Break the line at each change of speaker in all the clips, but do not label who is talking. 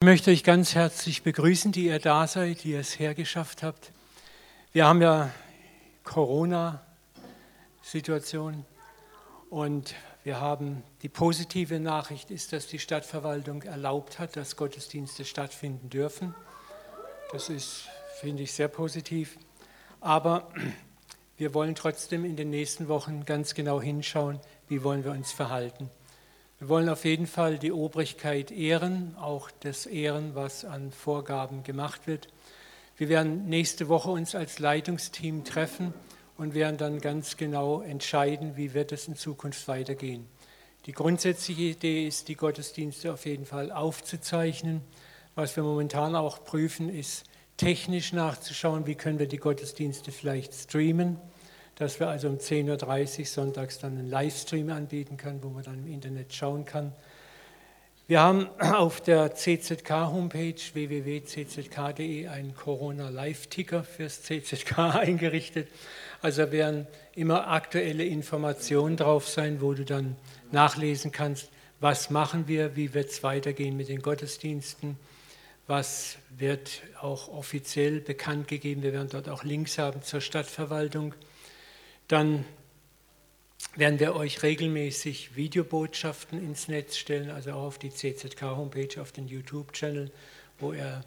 Ich möchte euch ganz herzlich begrüßen, die ihr da seid, die ihr es hergeschafft habt. Wir haben ja Corona-Situation und wir haben die positive Nachricht ist, dass die Stadtverwaltung erlaubt hat, dass Gottesdienste stattfinden dürfen. Das ist, finde ich, sehr positiv. Aber wir wollen trotzdem in den nächsten Wochen ganz genau hinschauen, wie wollen wir uns verhalten. Wir wollen auf jeden Fall die Obrigkeit ehren, auch das Ehren, was an Vorgaben gemacht wird. Wir werden nächste Woche uns als Leitungsteam treffen und werden dann ganz genau entscheiden, wie wird es in Zukunft weitergehen. Die grundsätzliche Idee ist, die Gottesdienste auf jeden Fall aufzuzeichnen. Was wir momentan auch prüfen, ist technisch nachzuschauen, wie können wir die Gottesdienste vielleicht streamen dass wir also um 10.30 Uhr sonntags dann einen Livestream anbieten können, wo man dann im Internet schauen kann. Wir haben auf der CZK-Homepage www.czk.de e einen Corona-Live-Ticker fürs CZK eingerichtet. Also da werden immer aktuelle Informationen drauf sein, wo du dann nachlesen kannst, was machen wir, wie wird es weitergehen mit den Gottesdiensten was wird auch offiziell bekannt gegeben. Wir werden dort auch Links haben zur Stadtverwaltung. Dann werden wir euch regelmäßig Videobotschaften ins Netz stellen, also auch auf die CZK-Homepage, auf den YouTube-Channel, wo ihr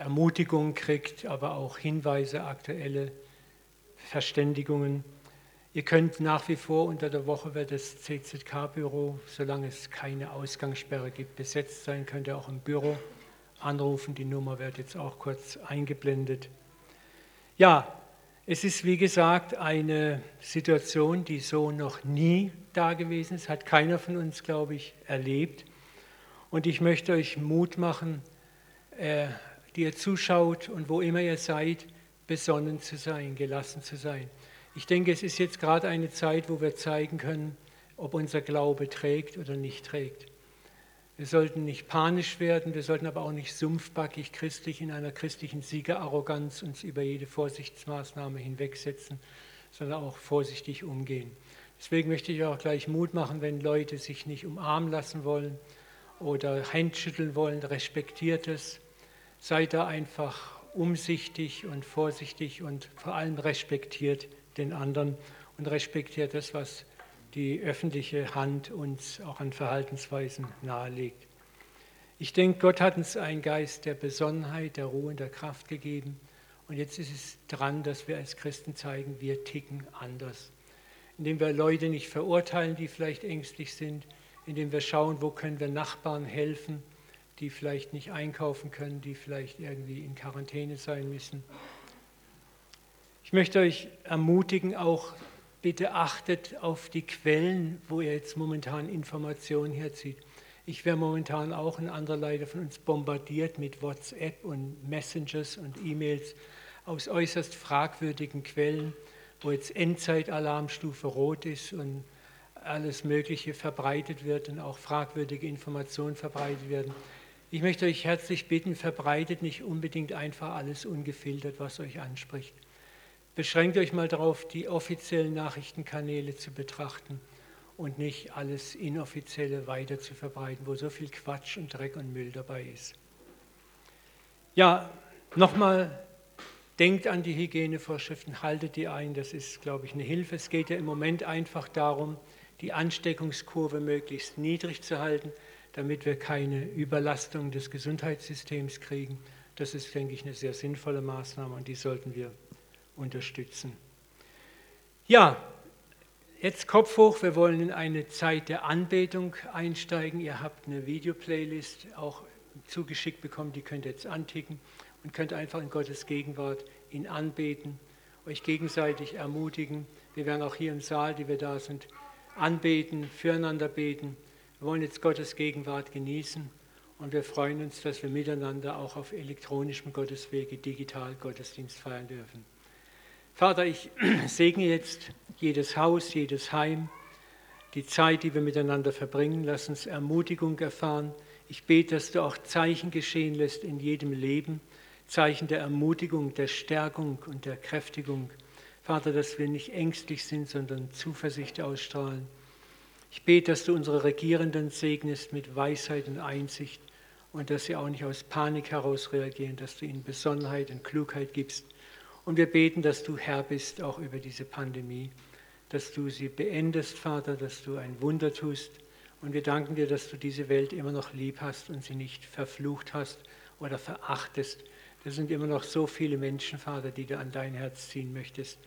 Ermutigung kriegt, aber auch Hinweise, aktuelle Verständigungen. Ihr könnt nach wie vor unter der Woche wird das CZK-Büro, solange es keine Ausgangssperre gibt, besetzt sein, könnt ihr auch im Büro anrufen. Die Nummer wird jetzt auch kurz eingeblendet. Ja, es ist wie gesagt eine Situation, die so noch nie da gewesen ist, hat keiner von uns, glaube ich, erlebt. Und ich möchte euch Mut machen, äh, die ihr zuschaut und wo immer ihr seid, besonnen zu sein, gelassen zu sein. Ich denke, es ist jetzt gerade eine Zeit, wo wir zeigen können, ob unser Glaube trägt oder nicht trägt. Wir sollten nicht panisch werden, wir sollten aber auch nicht sumpfbackig christlich in einer christlichen Siegerarroganz uns über jede Vorsichtsmaßnahme hinwegsetzen, sondern auch vorsichtig umgehen. Deswegen möchte ich auch gleich Mut machen, wenn Leute sich nicht umarmen lassen wollen oder Händschütteln wollen, respektiert es. Seid da einfach umsichtig und vorsichtig und vor allem respektiert den anderen und respektiert das, was die öffentliche Hand uns auch an Verhaltensweisen nahelegt. Ich denke, Gott hat uns einen Geist der Besonnenheit, der Ruhe und der Kraft gegeben. Und jetzt ist es dran, dass wir als Christen zeigen, wir ticken anders. Indem wir Leute nicht verurteilen, die vielleicht ängstlich sind, indem wir schauen, wo können wir Nachbarn helfen, die vielleicht nicht einkaufen können, die vielleicht irgendwie in Quarantäne sein müssen. Ich möchte euch ermutigen, auch bitte achtet auf die Quellen, wo ihr jetzt momentan Informationen herzieht. Ich werde momentan auch ein anderer Leiter von uns bombardiert mit WhatsApp und Messengers und E-Mails aus äußerst fragwürdigen Quellen, wo jetzt Endzeitalarmstufe rot ist und alles Mögliche verbreitet wird und auch fragwürdige Informationen verbreitet werden. Ich möchte euch herzlich bitten, verbreitet nicht unbedingt einfach alles ungefiltert, was euch anspricht beschränkt euch mal darauf, die offiziellen Nachrichtenkanäle zu betrachten und nicht alles Inoffizielle weiter zu verbreiten, wo so viel Quatsch und Dreck und Müll dabei ist. Ja, nochmal, denkt an die Hygienevorschriften, haltet die ein, das ist, glaube ich, eine Hilfe. Es geht ja im Moment einfach darum, die Ansteckungskurve möglichst niedrig zu halten, damit wir keine Überlastung des Gesundheitssystems kriegen. Das ist, denke ich, eine sehr sinnvolle Maßnahme und die sollten wir unterstützen. Ja, jetzt Kopf hoch, wir wollen in eine Zeit der Anbetung einsteigen. Ihr habt eine Videoplaylist auch zugeschickt bekommen, die könnt ihr jetzt anticken und könnt einfach in Gottes Gegenwart ihn anbeten, euch gegenseitig ermutigen. Wir werden auch hier im Saal, die wir da sind, anbeten, füreinander beten. Wir wollen jetzt Gottes Gegenwart genießen und wir freuen uns, dass wir miteinander auch auf elektronischem Gotteswege digital Gottesdienst feiern dürfen. Vater, ich segne jetzt jedes Haus, jedes Heim, die Zeit, die wir miteinander verbringen. Lass uns Ermutigung erfahren. Ich bete, dass du auch Zeichen geschehen lässt in jedem Leben. Zeichen der Ermutigung, der Stärkung und der Kräftigung. Vater, dass wir nicht ängstlich sind, sondern Zuversicht ausstrahlen. Ich bete, dass du unsere Regierenden segnest mit Weisheit und Einsicht und dass sie auch nicht aus Panik heraus reagieren, dass du ihnen Besonnenheit und Klugheit gibst. Und wir beten, dass du Herr bist, auch über diese Pandemie, dass du sie beendest, Vater, dass du ein Wunder tust. Und wir danken dir, dass du diese Welt immer noch lieb hast und sie nicht verflucht hast oder verachtest. Da sind immer noch so viele Menschen, Vater, die du an dein Herz ziehen möchtest.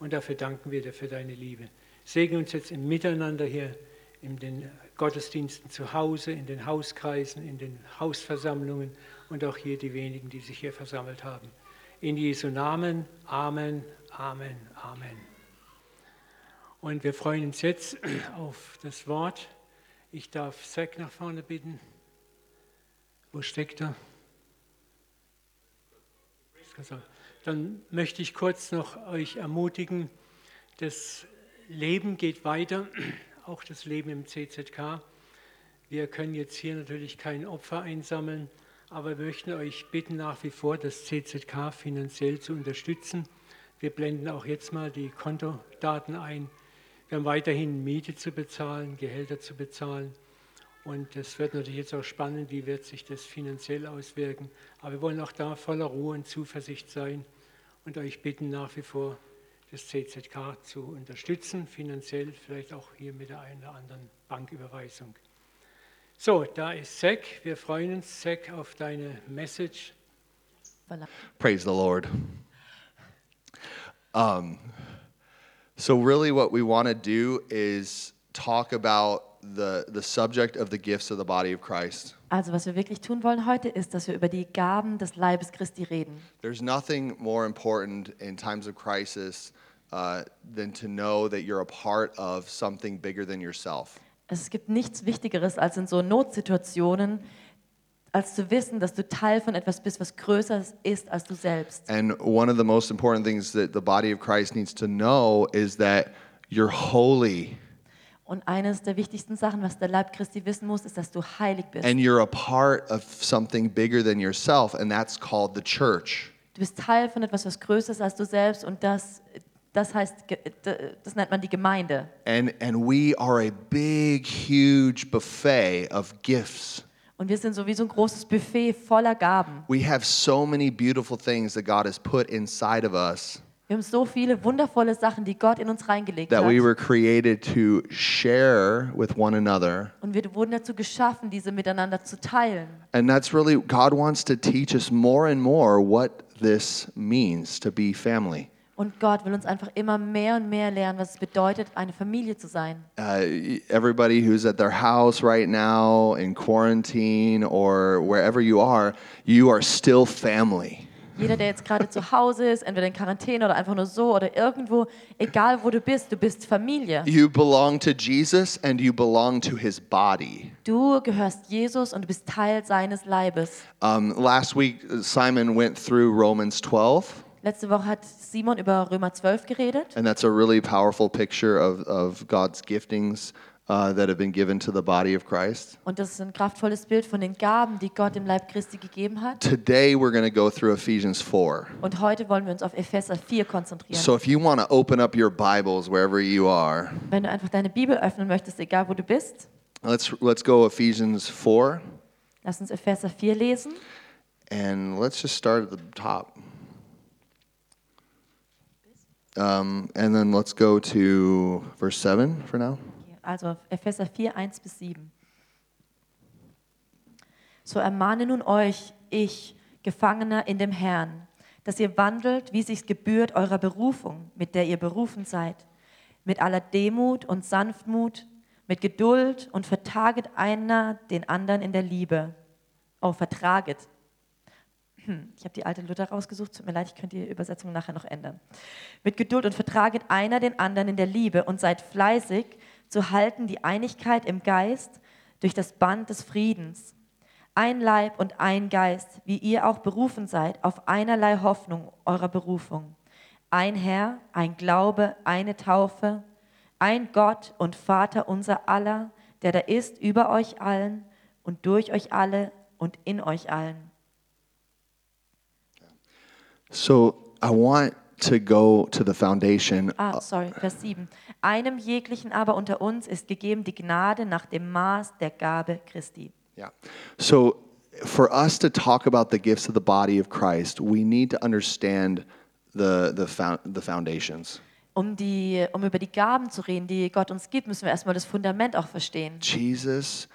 Und dafür danken wir dir für deine Liebe. Segne uns jetzt im Miteinander hier, in den Gottesdiensten zu Hause, in den Hauskreisen, in den Hausversammlungen und auch hier die wenigen, die sich hier versammelt haben. In Jesu Namen. Amen, Amen, Amen. Und wir freuen uns jetzt auf das Wort. Ich darf Zack nach vorne bitten. Wo steckt er? Also, Dann möchte ich kurz noch euch ermutigen, das Leben geht weiter, auch das Leben im CZK. Wir können jetzt hier natürlich kein Opfer einsammeln, aber wir möchten euch bitten, nach wie vor das CZK finanziell zu unterstützen. Wir blenden auch jetzt mal die Kontodaten ein. Wir haben weiterhin Miete zu bezahlen, Gehälter zu bezahlen. Und es wird natürlich jetzt auch spannend, wie wird sich das finanziell auswirken. Aber wir wollen auch da voller Ruhe und Zuversicht sein und euch bitten, nach wie vor das CZK zu unterstützen, finanziell, vielleicht auch hier mit der einen oder anderen Banküberweisung. So, da ist Zack. Wir freuen uns, Zack, auf deine Message.
Voilà.
Praise the Lord. Um, so, really, what we want to do is talk about the, the subject of the gifts of the body of Christ.
Also was wir wirklich tun wollen heute ist, dass wir über die Gaben des Leibes Christi reden.
There's nothing more important in times of crisis uh, than to know that you're a part of something bigger than yourself.
Es gibt nichts Wichtigeres als in so Notsituationen, als zu wissen, dass du Teil von etwas bist, was größer ist als du selbst.
And one of the most important things that the body of Christ needs to know is that you're holy
Und eines der wichtigsten Sachen, was der Leib Christi wissen muss, ist, dass du heilig bist.
and you're a part of something bigger than yourself, and that's called the church.
Du bist Teil von etwas, was größer ist als du selbst und das, das heißt, ge- d- das nennt man die Gemeinde.
And, and we are a big, huge buffet of gifts.
Und wir sind sowieso ein großes Buffet voller Gaben.
We have so many beautiful things that God has put inside of us
Wir haben so viele wundervolle Sachen, die Gott in uns reingelegt
that
hat.
we were created to share with one another.
Und wir wurden dazu geschaffen, diese miteinander zu teilen.
And that's really, God wants to teach us more and more what this means to be family.
Und Gott will uns einfach immer mehr und mehr lernen, was es bedeutet, eine Familie zu sein.
Uh, everybody who's at their house right now in quarantine or wherever you are, you are still family.
Jeder, der jetzt gerade zu Hause ist, entweder in Quarantäne oder einfach nur so oder irgendwo, egal wo du bist, du bist Familie.
You belong to Jesus and you belong to his body.
Du gehörst Jesus und du bist Teil seines Leibes.
Um, last week, Simon went through Romans 12,
Letzte Woche hat Simon über Römer 12 geredet.
and that's a really powerful picture of, of God's giftings uh, that have been given to the body of Christ.
Und das ist ein kraftvolles Bild von den Gaben, die Gott dem Leib Christi gegeben hat.
Today, we're going to go through Ephesians 4.
Und heute wollen wir uns auf Epheser 4 konzentrieren.
So if you want to open up your Bibles wherever you are,
Wenn du einfach deine Bibel öffnen möchtest, egal wo du bist,
let's, let's go Ephesians 4,
lass uns Epheser 4 lesen.
and let's just start at the top. Um, and then let's go to verse 7 for now.
Also Epheser 4, 1 bis 7. So ermahne nun euch, ich, Gefangener in dem Herrn, dass ihr wandelt, wie sich's gebührt eurer Berufung, mit der ihr berufen seid, mit aller Demut und Sanftmut, mit Geduld und vertaget einer den anderen in der Liebe. Oh, vertraget. Hm, Ich habe die alte Luther rausgesucht, tut mir leid, ich könnte die Übersetzung nachher noch ändern. Mit Geduld und vertraget einer den anderen in der Liebe und seid fleißig, zu halten die Einigkeit im Geist durch das Band des Friedens. Ein Leib und ein Geist, wie ihr auch berufen seid, auf einerlei Hoffnung eurer Berufung. Ein Herr, ein Glaube, eine Taufe, ein Gott und Vater unser aller, der da ist über euch allen und durch euch alle und in euch allen.
So I want to go to the foundation.
Ah, sorry, Vers 7. Einem jeglichen aber unter uns ist gegeben die Gnade nach dem Maß der Gabe Christi.
Yeah. So for us to talk about the gifts of the body of Christ, we need to understand the, the, found, the foundations.
Um, die, um über die Gaben zu reden, die Gott uns gibt, müssen wir erstmal das Fundament auch verstehen.
Jesus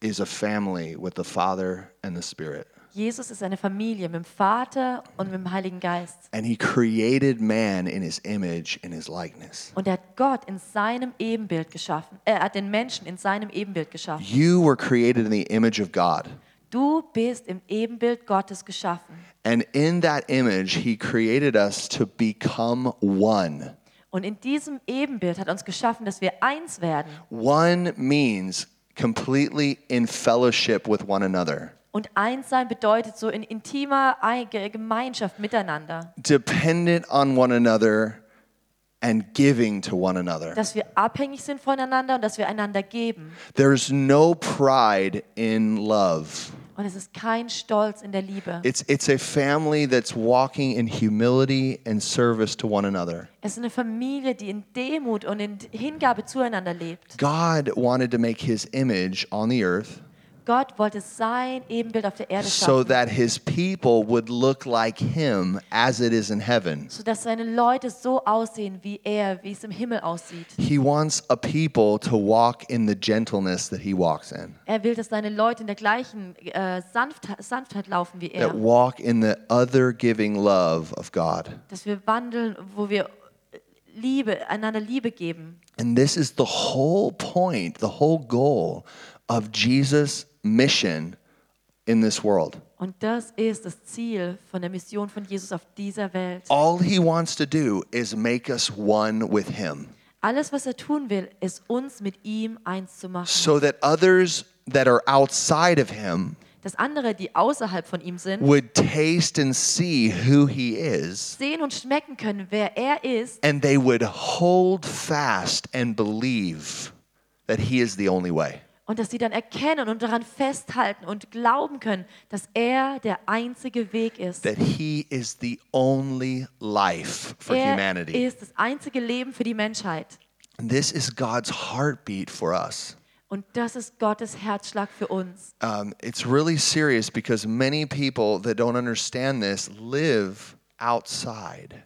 is a family with the Father and the Spirit.
Jesus ist eine Familie mit dem Vater und mit dem Heiligen Geist.
And he created man in his image and his likeness.
Und er hat Gott in seinem Ebenbild geschaffen. Er hat den Menschen in seinem Ebenbild geschaffen.
You were created in the image of God.
Du bist im Ebenbild Gottes geschaffen.
And in that image, he created us to become one.
Und in diesem Ebenbild hat er uns geschaffen, dass wir eins werden.
One means completely in fellowship with one another,
Und eins sein bedeutet so in intimer Ei- Ge- Gemeinschaft miteinander,
dependent on one another, and giving to one another.
dass wir abhängig sind voneinander und dass wir einander geben.
There's no pride in love.
Und es ist kein Stolz in der Liebe.
It's, it's a family that's walking in humility and service to one another.
Es ist eine Familie, die in Demut und in Hingabe zueinander lebt.
God wanted to make his image on the earth
Gott wollte sein Ebenbild auf der Erde
so
schaffen,
that his people would look like him as it is in heaven.
sodass seine Leute so aussehen wie er, wie es im Himmel aussieht.
He wants a people to walk in the gentleness that he walks in,
Er will, dass seine Leute in der gleichen äh, Sanft Sanftheit laufen wie er.
that walk in the other giving love of God.
Dass wir wandeln, wo wir Liebe, einander Liebe geben.
And this is the whole point, the whole goal of Jesus' mission in this world.
Und das ist das Ziel von der Mission von Jesus auf dieser Welt.
All he wants to do is make us one with him
Alles, was er tun will, ist uns mit ihm eins zu machen.
so that others that are outside of him
Dass andere, die außerhalb von ihm sind,
would taste and see who he is
sehen und schmecken können, wer er ist
and they would hold fast and believe that he is the only way.
und dass sie dann erkennen und daran festhalten und glauben können, dass er der einzige Weg ist.
that he is the only life for
Er
humanity.
ist das einzige Leben für die Menschheit.
this is God's heartbeat for us.
Und das ist Gottes Herzschlag für uns.
Um, it's really serious because many people that don't understand this live outside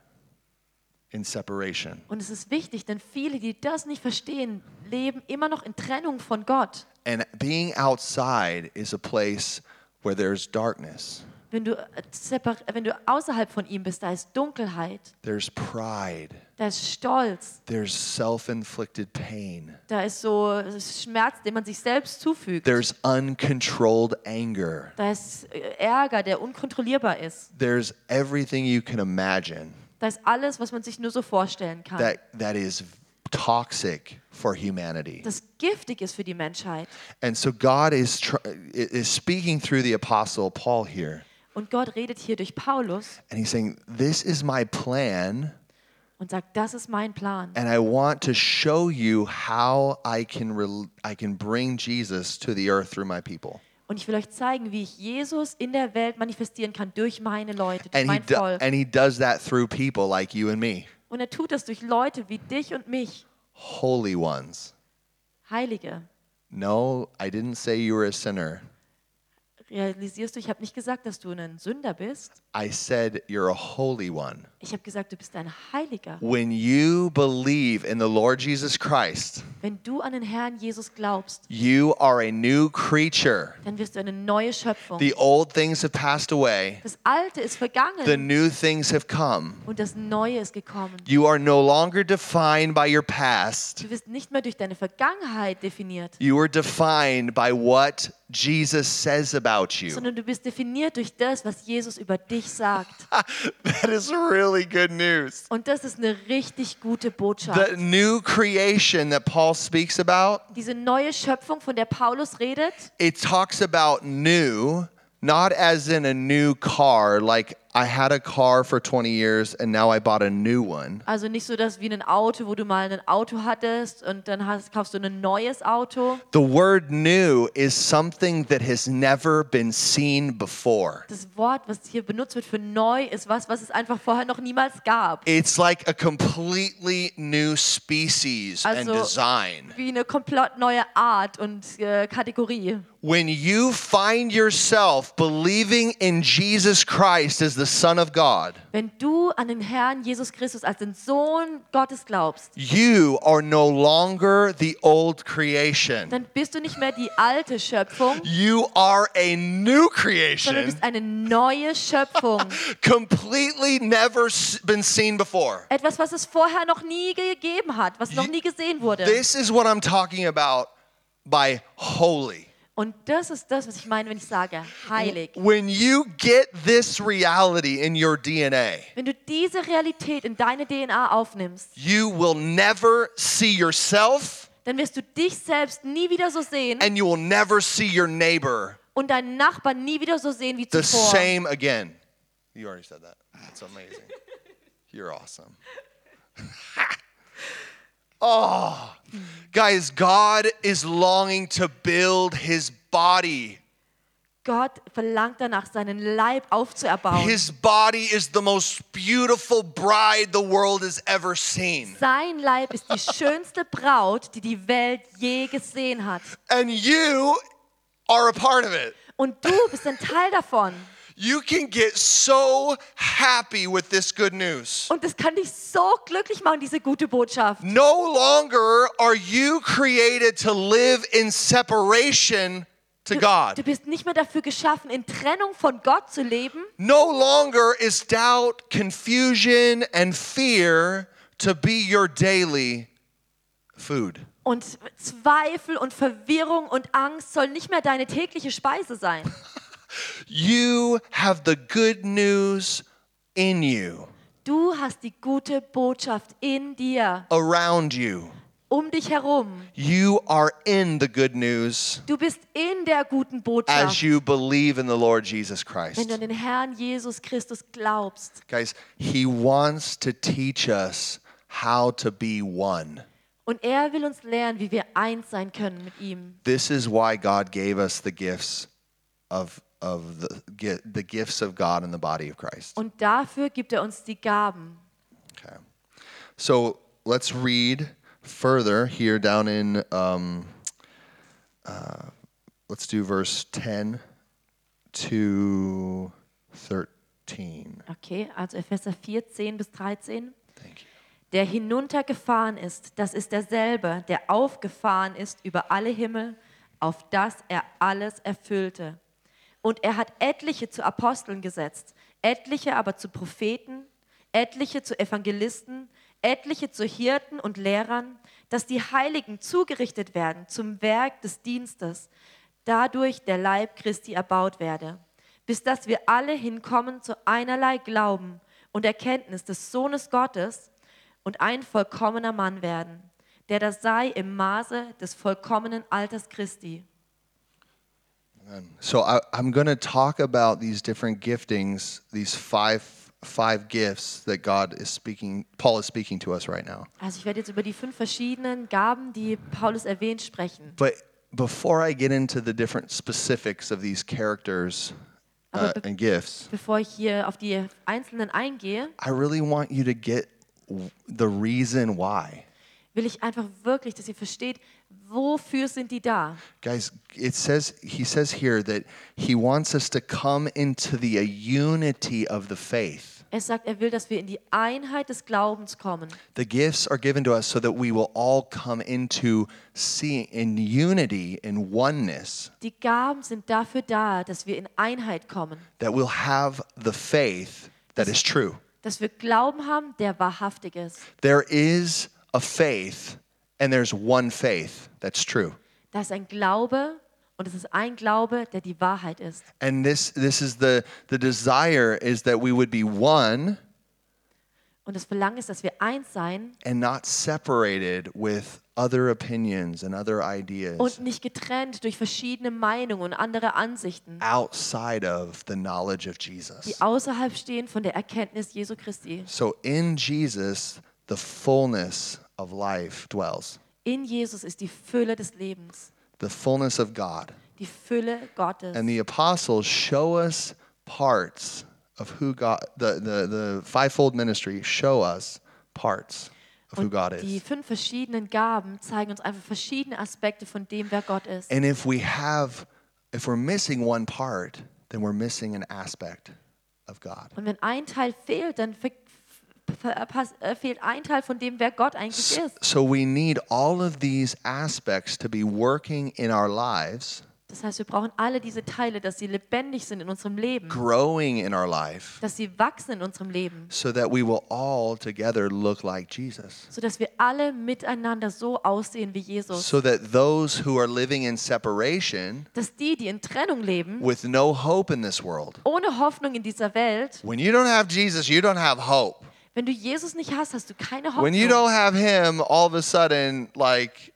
in separation.
Und es ist wichtig, denn viele, die das nicht verstehen, leben immer noch in Trennung von Gott.
And being outside is a place where there's darkness,
Wenn du, äh, separ- äh, wenn du außerhalb von ihm bist, da ist Dunkelheit,
there's pride,
da ist Stolz,
there's self inflicted pain,
da ist so Schmerz, den man sich selbst zufügt.
there's uncontrolled anger,
Da ist äh, Ärger, der unkontrollierbar ist.
there's everything you can imagine.
Da ist alles, was man sich nur so vorstellen kann.
that that is toxic for humanity.
Das giftig ist für die Menschheit.
And so God is tr- is speaking through the apostle Paul here,
Und Gott redet hier durch Paulus
and he's saying, "This is my plan,
und sagt, das ist mein Plan.
and I want to show you how I can rel I can bring Jesus to the earth through my people."
Und ich will euch zeigen, wie ich Jesus in der Welt manifestieren kann durch meine Leute, durch
And he
mein
do-
Volk.
and he does that through people like you and me,
Und er tut das durch Leute wie dich und mich,
holy ones.
Heilige.
No, I didn't say you were a sinner.
realisierst du, ich habe nicht gesagt, dass du ein Sünder bist.
I said you're a holy one.
Ich habe gesagt, du bist ein Heiliger.
When you believe in the Lord Jesus Christ,
Wenn du an den Herrn Jesus glaubst,
You are a new creature.
dann wirst du eine neue Schöpfung.
The old things have passed away,
Das Alte ist
the
vergangen
new things have come.
und das Neue ist gekommen.
You are no longer defined by your past.
Du wirst nicht mehr durch deine Vergangenheit definiert,
You are defined by what Jesus says about you.
sondern du bist definiert durch das, was Jesus über dich sagt.
that is really good news.
Und das ist eine richtig gute Botschaft.
The new creation that Paul speaks about,
Diese neue Schöpfung, von der Paulus redet,
it talks about new, not as in a new car, like I had a car for 20 years and now I bought a new one.
Also nicht so das wie ein Auto, wo du mal ein Auto hattest und dann hast, kaufst du ein neues Auto.
The word new is something that has never been seen before.
Das Wort, was hier benutzt wird für neu, ist was, was es einfach vorher noch niemals gab.
It's like a completely new species and
Also-
design.
Wie eine komplett neue Art und äh, Kategorie.
When you find yourself believing in Jesus Christ as the Son of God,
Wenn du an den Herrn Jesus Christus als den Sohn Gottes glaubst,
you are no longer the old creation.
dann bist du nicht mehr die alte Schöpfung,
You are a new
sondern du
creation,
bist eine neue Schöpfung.
completely never s- been seen before.
Etwas, was es vorher noch nie gegeben hat, was noch nie gesehen wurde.
This is what I'm talking about by holy.
Und das ist das, was ich meine, wenn ich sage, heilig.
When you get this reality in your DNA,
Wenn du diese Realität in deine DNA aufnimmst,
you will never see yourself
dann wirst du dich selbst nie wieder so sehen
and you will never see your neighbor
und deinen Nachbarn nie wieder so sehen wie
the
zuvor.
same again. You already said that. It's amazing. You're awesome. oh, guys, God is longing to build his body.
Gott verlangt danach, seinen Leib aufzuerbauen.
His body is the most beautiful bride the world has ever seen.
Sein Leib ist die schönste Braut, die die Welt je gesehen hat.
And you are a part of it.
Und du bist ein Teil davon.
You can get so happy with this good news.
Und das kann dich so glücklich machen, diese gute Botschaft.
No longer are you created to live in separation to
Du
God.
bist nicht mehr dafür geschaffen, in Trennung von Gott zu leben.
No longer is doubt, confusion, and fear to be your daily food.
Und Zweifel und Verwirrung und Angst soll nicht mehr deine tägliche Speise sein.
You have the good news in you,
Du hast die gute Botschaft in dir,
around you.
um dich herum.
You are in the good news
Du bist in der guten
as
Botschaft,
you believe in the Lord Jesus
wenn du
Christ.
an den Herrn Jesus Christus glaubst.
Guys, He wants to teach us how to be one.
Und er will uns lernen, wie wir eins sein können mit ihm.
This is why God gave us the gifts of, of the, gi- the gifts of God in the body of Christ.
Und dafür gibt er uns die Gaben.
Okay. So let's read further here down in, um, uh, let's do verse 10 to 13.
Okay, also Epheser 4, 10 bis 13.
Thank you.
Der hinuntergefahren ist, das ist derselbe, der aufgefahren ist über alle Himmel, auf das er alles erfüllte. Und er hat etliche zu Aposteln gesetzt, etliche aber zu Propheten, etliche zu Evangelisten, etliche zu Hirten und Lehrern, dass die Heiligen zugerichtet werden zum Werk des Dienstes, dadurch der Leib Christi erbaut werde, bis dass wir alle hinkommen zu einerlei Glauben und Erkenntnis des Sohnes Gottes und ein vollkommener Mann werden, der das sei im Maße des vollkommenen Alters Christi.
So I, I'm going to talk about these different giftings, these five five gifts that God is speaking, Paul is speaking to us right now.
Also ich werde jetzt über die fünf verschiedenen Gaben, die Paulus erwähnt, sprechen.
But before I get into the different specifics of these characters uh,
Aber be-
and gifts,
Bevor ich hier auf die einzelnen eingehe,
I really want you to get w- the reason why.
will ich einfach wirklich, dass ihr versteht, wofür sind die da?
Guys, it says he says here that he wants us to come into the uh, unity of the faith.
Er sagt, er will, dass wir in die Einheit des Glaubens kommen.
The gifts are given to us so that we will all come into seeing in unity, in oneness,
Die Gaben sind dafür da, dass wir in Einheit kommen,
that we'll have the faith that is true.
dass wir Glauben haben, der wahrhaftig ist.
There is a faith, and there's one faith that's true.
Da ist ein Glaube und es ist ein Glaube, der die Wahrheit ist.
And this this is the the desire is that we would be one
Und das Verlangen ist, dass wir eins sein
and not separated with other opinions and other ideas
und nicht getrennt durch verschiedene Meinungen und andere Ansichten,
outside of the knowledge of Jesus.
die außerhalb stehen von der Erkenntnis Jesu Christi.
So in Jesus, the fullness of life dwells,
In Jesus ist die Fülle des Lebens,
the fullness of God.
die Fülle Gottes.
And the apostles show us parts of who God, the, the, the fivefold ministry show us parts of who
Und
God
die
is.
fünf verschiedenen Gaben zeigen uns einfach verschiedene Aspekte von dem, wer Gott ist.
And if we have, if we're missing one part, then we're missing an aspect of God.
Und wenn ein Teil fehlt, dann ver- ver- pass- äh, fehlt ein Teil von dem, wer Gott eigentlich
S-
ist.
So we need all of these aspects to be working in our lives,
Das heißt, wir brauchen alle diese Teile, dass sie lebendig sind in unserem Leben,
growing in our life,
dass sie wachsen in unserem Leben,
so that we will all together look like Jesus.
sodass wir alle miteinander so aussehen wie Jesus.
So that those who are living in separation
Dass die, die in Trennung leben,
with no hope in this world,
ohne Hoffnung in dieser Welt,
when you don't have Jesus, you don't have hope.
wenn du Jesus nicht hast, hast du keine
When you don't
Hoffnung.
have Him, all of a sudden, like,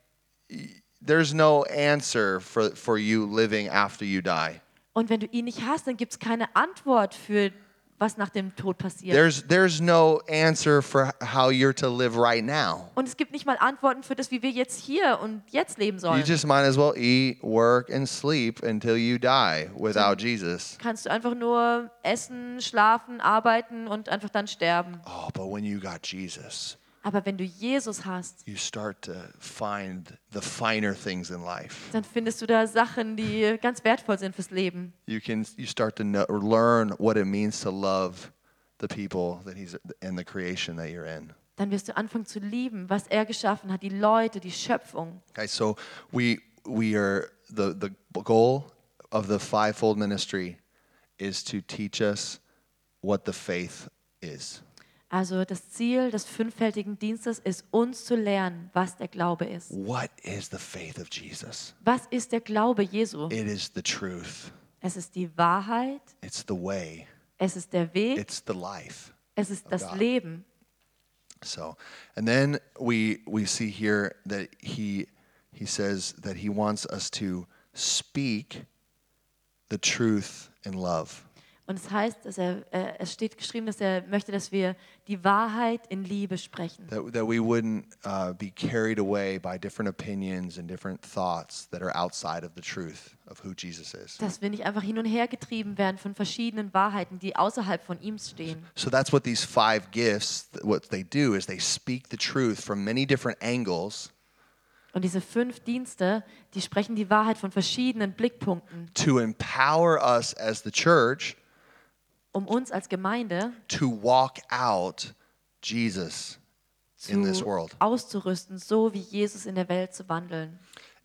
y- there's no answer for, for you living after you die.
Und wenn du ihn nicht hast, dann gibt es keine Antwort für, was nach dem Tod passiert.
There's, there's no answer for how you're to live right now.
Und es gibt nicht mal Antworten für das, wie wir jetzt hier und jetzt leben
You
sollen.
just might as well eat, work, and sleep until you die without Jesus.
kannst du einfach nur essen, schlafen, arbeiten und einfach dann sterben.
Oh, but when you got Jesus,
Aber wenn du Jesus hast,
you start to find the finer things in life.
dann findest du da Sachen, die ganz wertvoll sind fürs Leben.
You can you start to know, or learn what it means to love the people that he's in the creation that you're in.
Dann wirst du anfangen zu lieben, was er geschaffen hat, die Leute, die Schöpfung.
Okay, so we we are the the goal of the fivefold ministry is to teach us what the faith is.
Also das Ziel des fünffältigen Dienstes ist, uns zu lernen, was der Glaube ist.
What is the faith of Jesus?
Was ist der Glaube Jesu?
It is the truth.
Es ist die Wahrheit,
It's the way.
es ist der Weg,
It's the life.
es ist das
God.
Leben.
So, and then we we see here that he he says that he wants us to speak the truth in love.
Und es heißt, dass er, äh, es steht geschrieben, dass er möchte, dass wir die Wahrheit in Liebe sprechen.
That, that we wouldn't uh, be carried away by different opinions and different thoughts that are outside of the truth of who Jesus is.
dass wir nicht einfach hin und her getrieben werden von verschiedenen Wahrheiten, die außerhalb von ihm stehen.
So that's what these five gifts, th- what they do is they speak the truth from many different angles
Und diese fünf Dienste, die sprechen die Wahrheit von verschiedenen Blickpunkten,
to empower us as the church
um uns als Gemeinde
to walk out Jesus in this
zu
world.
auszurüsten, so wie Jesus in der Welt zu wandeln.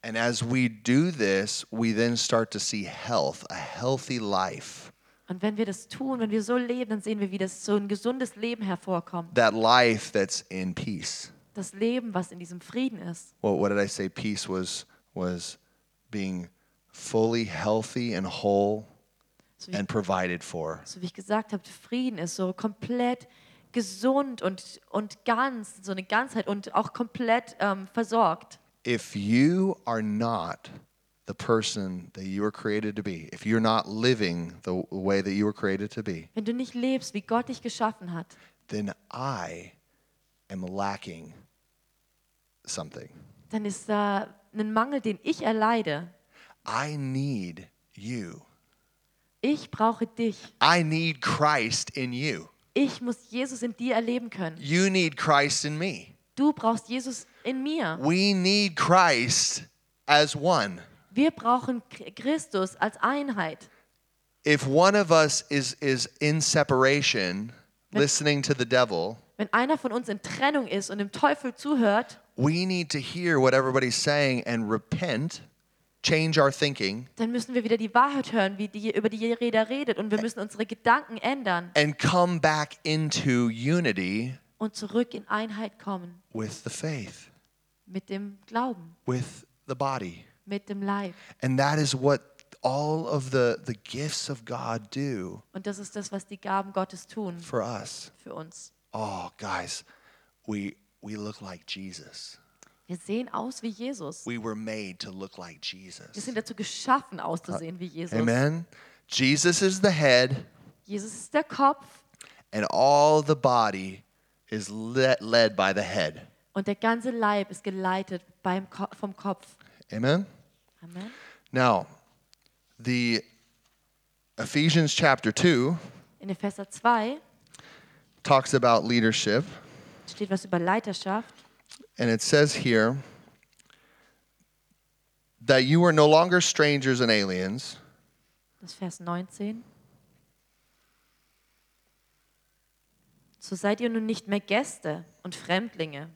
And as we do this, we then start to see health, a healthy life.
Und wenn wir das tun, wenn wir so leben, dann sehen wir, wie das so ein gesundes Leben hervorkommt.
That life that's in peace.
Das Leben, was in diesem Frieden ist.
Well, what did I say? Peace was was being fully healthy and whole
So wie,
and provided for.
so wie ich gesagt habe, Frieden ist so komplett gesund und, und ganz, so eine Ganzheit und auch komplett ähm, versorgt.
If you are not the person that you were created to be, if you're not living the w- way that you were created to be,
Wenn du nicht lebst, wie Gott dich geschaffen hat,
then I am lacking something.
dann ist da ein Mangel, den ich erleide.
I need you.
Ich brauche dich.
I need Christ in you.
Ich muss Jesus in dir erleben können.
You need Christ in me.
Du brauchst Jesus in mir.
We need Christ as one.
Wir brauchen Kr- Christus als Einheit.
if one of us is is in separation listening to the devil
Wenn einer von uns in Trennung ist und dem Teufel zuhört,
we need to hear what everybody's saying and repent change our thinking
dann müssen wir wieder die Wahrheit hören, wie die, über die jeder redet. Und wir müssen unsere Gedanken ändern
and come back into unity
und zurück in Einheit kommen
with the faith
mit dem Glauben,
with the body
mit dem Leib.
and that is what all of the the gifts of god do
Und das ist das, was die Gaben Gottes tun
for us
für uns.
oh, guys, we, we look like Jesus.
Wir sehen aus wie Jesus.
We were made to look like
Wir
Jesus.
sind dazu geschaffen, auszusehen wie Jesus.
Amen. Jesus is the head,
Jesus ist der Kopf
and all the body is le- led by the head.
und der ganze Leib ist geleitet beim Ko vom Kopf.
Amen.
Amen.
Now, the Ephesians chapter 2
In Epheser 2
talks about leadership,
steht was über Leiterschaft.
and it says here that you are no longer strangers and aliens,
Das ist Vers 19. So seid ihr nun nicht mehr Gäste und Fremdlinge,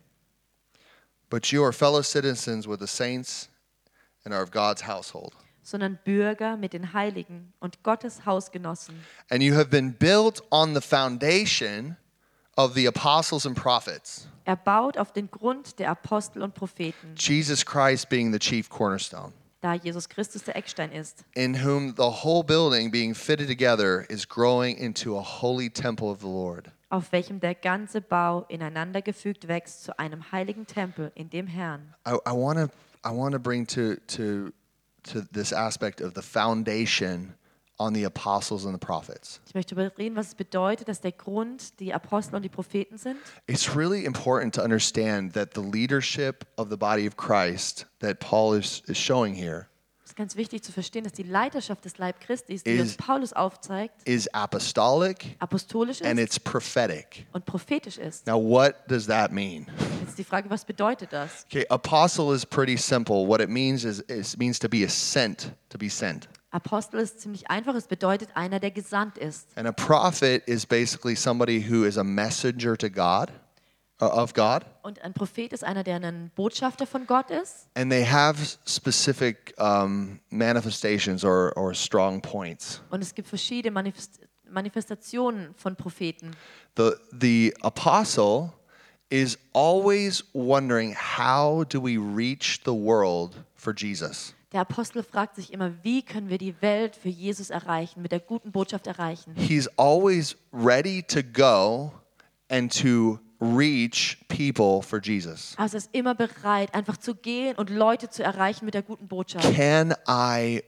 but you are fellow citizens with the saints and are of God's household.
sondern Bürger mit den Heiligen und Gottes Hausgenossen.
And you have been built on the foundation of the apostles and prophets,
Erbaut auf den Grund der Apostel und Propheten,
Jesus Christ being the chief cornerstone,
da Jesus Christus der Eckstein ist,
in whom the whole building being fitted together is growing into a holy temple of the Lord.
auf welchem der ganze Bau ineinander gefügt wächst zu einem heiligen Tempel in dem Herrn.
I, I want to I want to bring to to to this aspect of the foundation on the apostles and the prophets.
Ich möchte darüber reden, was es bedeutet, dass der Grund die Apostel und die Propheten sind.
It's really important to understand that the leadership of the body of Christ that Paul is, is showing here
Es ist ganz wichtig zu verstehen, dass die Leiterschaft des Leib Christi, die
Is-
uns Paulus aufzeigt,
is apostolic
apostolisch
and
ist
it's prophetic.
und prophetisch ist.
Now, what does that mean?
Jetzt ist die Frage, was bedeutet das?
Okay, apostle is pretty simple. What it means is it means to be a sent, to be sent.
Apostel ist ziemlich einfach, es bedeutet einer, der gesandt ist.
And a prophet is basically somebody who is a messenger to God, uh, of God.
Und ein Prophet ist einer, der ein Botschafter von Gott ist
and they have s- specific um, manifestations or, or strong points.
und es gibt verschiedene Manifest Manifestationen von Propheten.
The, the apostle is always wondering how do we reach the world for Jesus?
Der Apostel fragt sich immer, wie können wir die Welt für Jesus erreichen, mit der guten Botschaft erreichen?
He's always ready to go and to reach people for Jesus.
Also er ist immer bereit, einfach zu gehen und Leute zu erreichen mit der guten Botschaft.
Can I,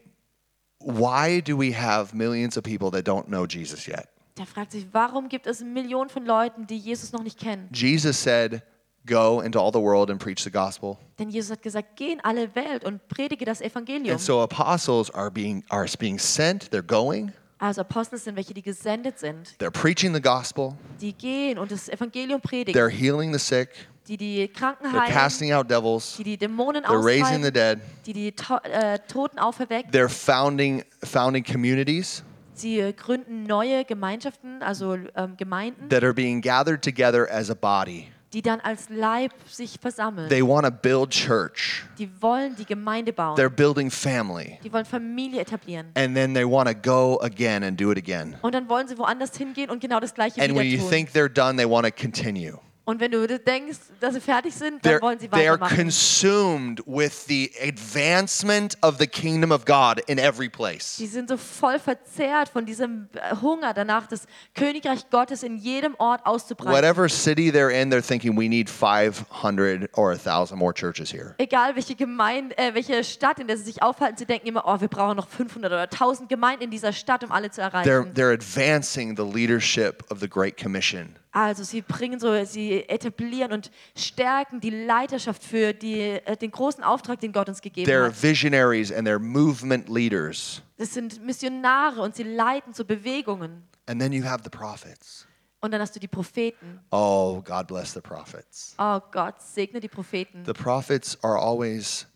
why do we have millions of people that don't know Jesus yet?
Der fragt sich, warum gibt es Millionen von Leuten, die Jesus noch nicht kennen?
Jesus said, Go into all the world and preach the gospel.
Denn Jesus hat gesagt, geh in alle Welt und predige das Evangelium.
And so apostles are being are being sent, they're going,
Also Apostel sind welche, die gesendet sind,
they're preaching the gospel,
die gehen und das Evangelium predigen,
they're healing the sick,
die die Kranken
they're
heilen,
casting out devils,
die die Dämonen
they're raising the
austreiben,
dead,
die die To äh, Toten auferwecken.
they're founding founding communities
Sie äh, gründen neue Gemeinschaften, also ähm, Gemeinden,
that are being gathered together as a body.
die dann als Leib sich versammeln.
They want to build church.
Die wollen die Gemeinde bauen.
They're building family.
Die wollen Familie etablieren.
And then they want to go again and do it again.
Und dann wollen sie woanders hingehen und genau das Gleiche
And
wieder
when you
tun.
think they're done, they want to continue.
und wenn du das denkst, dass sie fertig sind, dann
They're,
wollen sie
they are
weitermachen.
consumed with the advancement of the kingdom of God in every place.
Die sind so voll verzehrt von diesem äh, Hunger danach, das Königreich Gottes in jedem Ort auszubreiten.
whatever city they're in, they're thinking we need 500 or 1,000 more churches here.
Egal welche Gemeinde, äh, welche Stadt, in der sie sich aufhalten, sie denken immer, oh, wir brauchen noch 500 oder 1000 Gemeinden in dieser Stadt, um alle zu erreichen.
They're, they're advancing the leadership of the Great Commission.
also sie bringen so, sie etablieren und stärken die Leiterschaft für die, äh, den großen Auftrag, den Gott uns gegeben
They're
hat.
visionaries and they're movement leaders.
Das sind Missionare und sie leiten zu Bewegungen.
And then you have the prophets.
Und dann hast du die Propheten.
Oh, God bless the prophets.
Oh Gott, segne die Propheten.
The prophets are always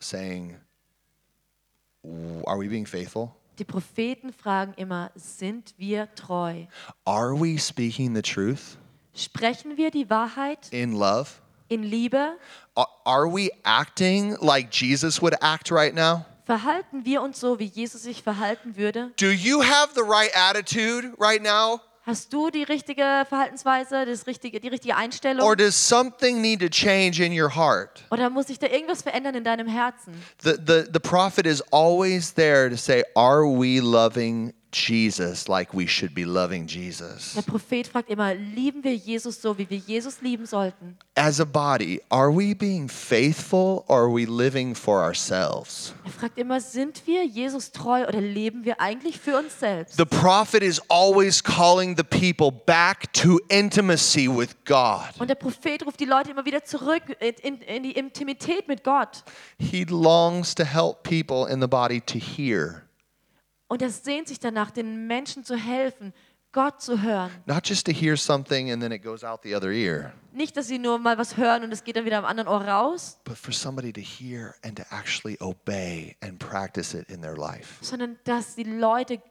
saying, "W- Are we being faithful?
Die Propheten fragen immer, sind wir treu?
Are we speaking the truth
Sprechen wir die Wahrheit
in love?
in Liebe?
Are- Are we acting like Jesus would act right now?
Verhalten wir uns so, wie Jesus sich verhalten würde?
Do you have the right attitude right now?
Hast du die richtige Verhaltensweise, das richtige, die richtige
Or
Einstellung?
does something need to change in your heart?
Oder muss sich da irgendwas verändern in deinem Herzen?
The, the, the prophet is always there to say, Are we loving Jesus like we should be loving Jesus.
Der Prophet fragt immer, lieben wir Jesus so, wie wir Jesus lieben sollten?
As a body, are we being faithful or are we living for ourselves?
Er fragt immer, sind wir Jesus treu oder leben wir eigentlich für uns selbst?
The prophet is always calling the people back to intimacy with God.
Und der Prophet ruft die Leute immer wieder zurück in, in, in die Intimität mit Gott.
He longs to help people in the body to hear,
Und er sehnt sich danach, den Menschen zu helfen, Gott zu hören.
not just to hear something and then it goes out the other ear,
Nicht, dass sie nur mal was hören und es geht dann wieder am anderen Ohr raus,
but for somebody to hear and to actually obey and practice it in their life.
sondern dass die Leute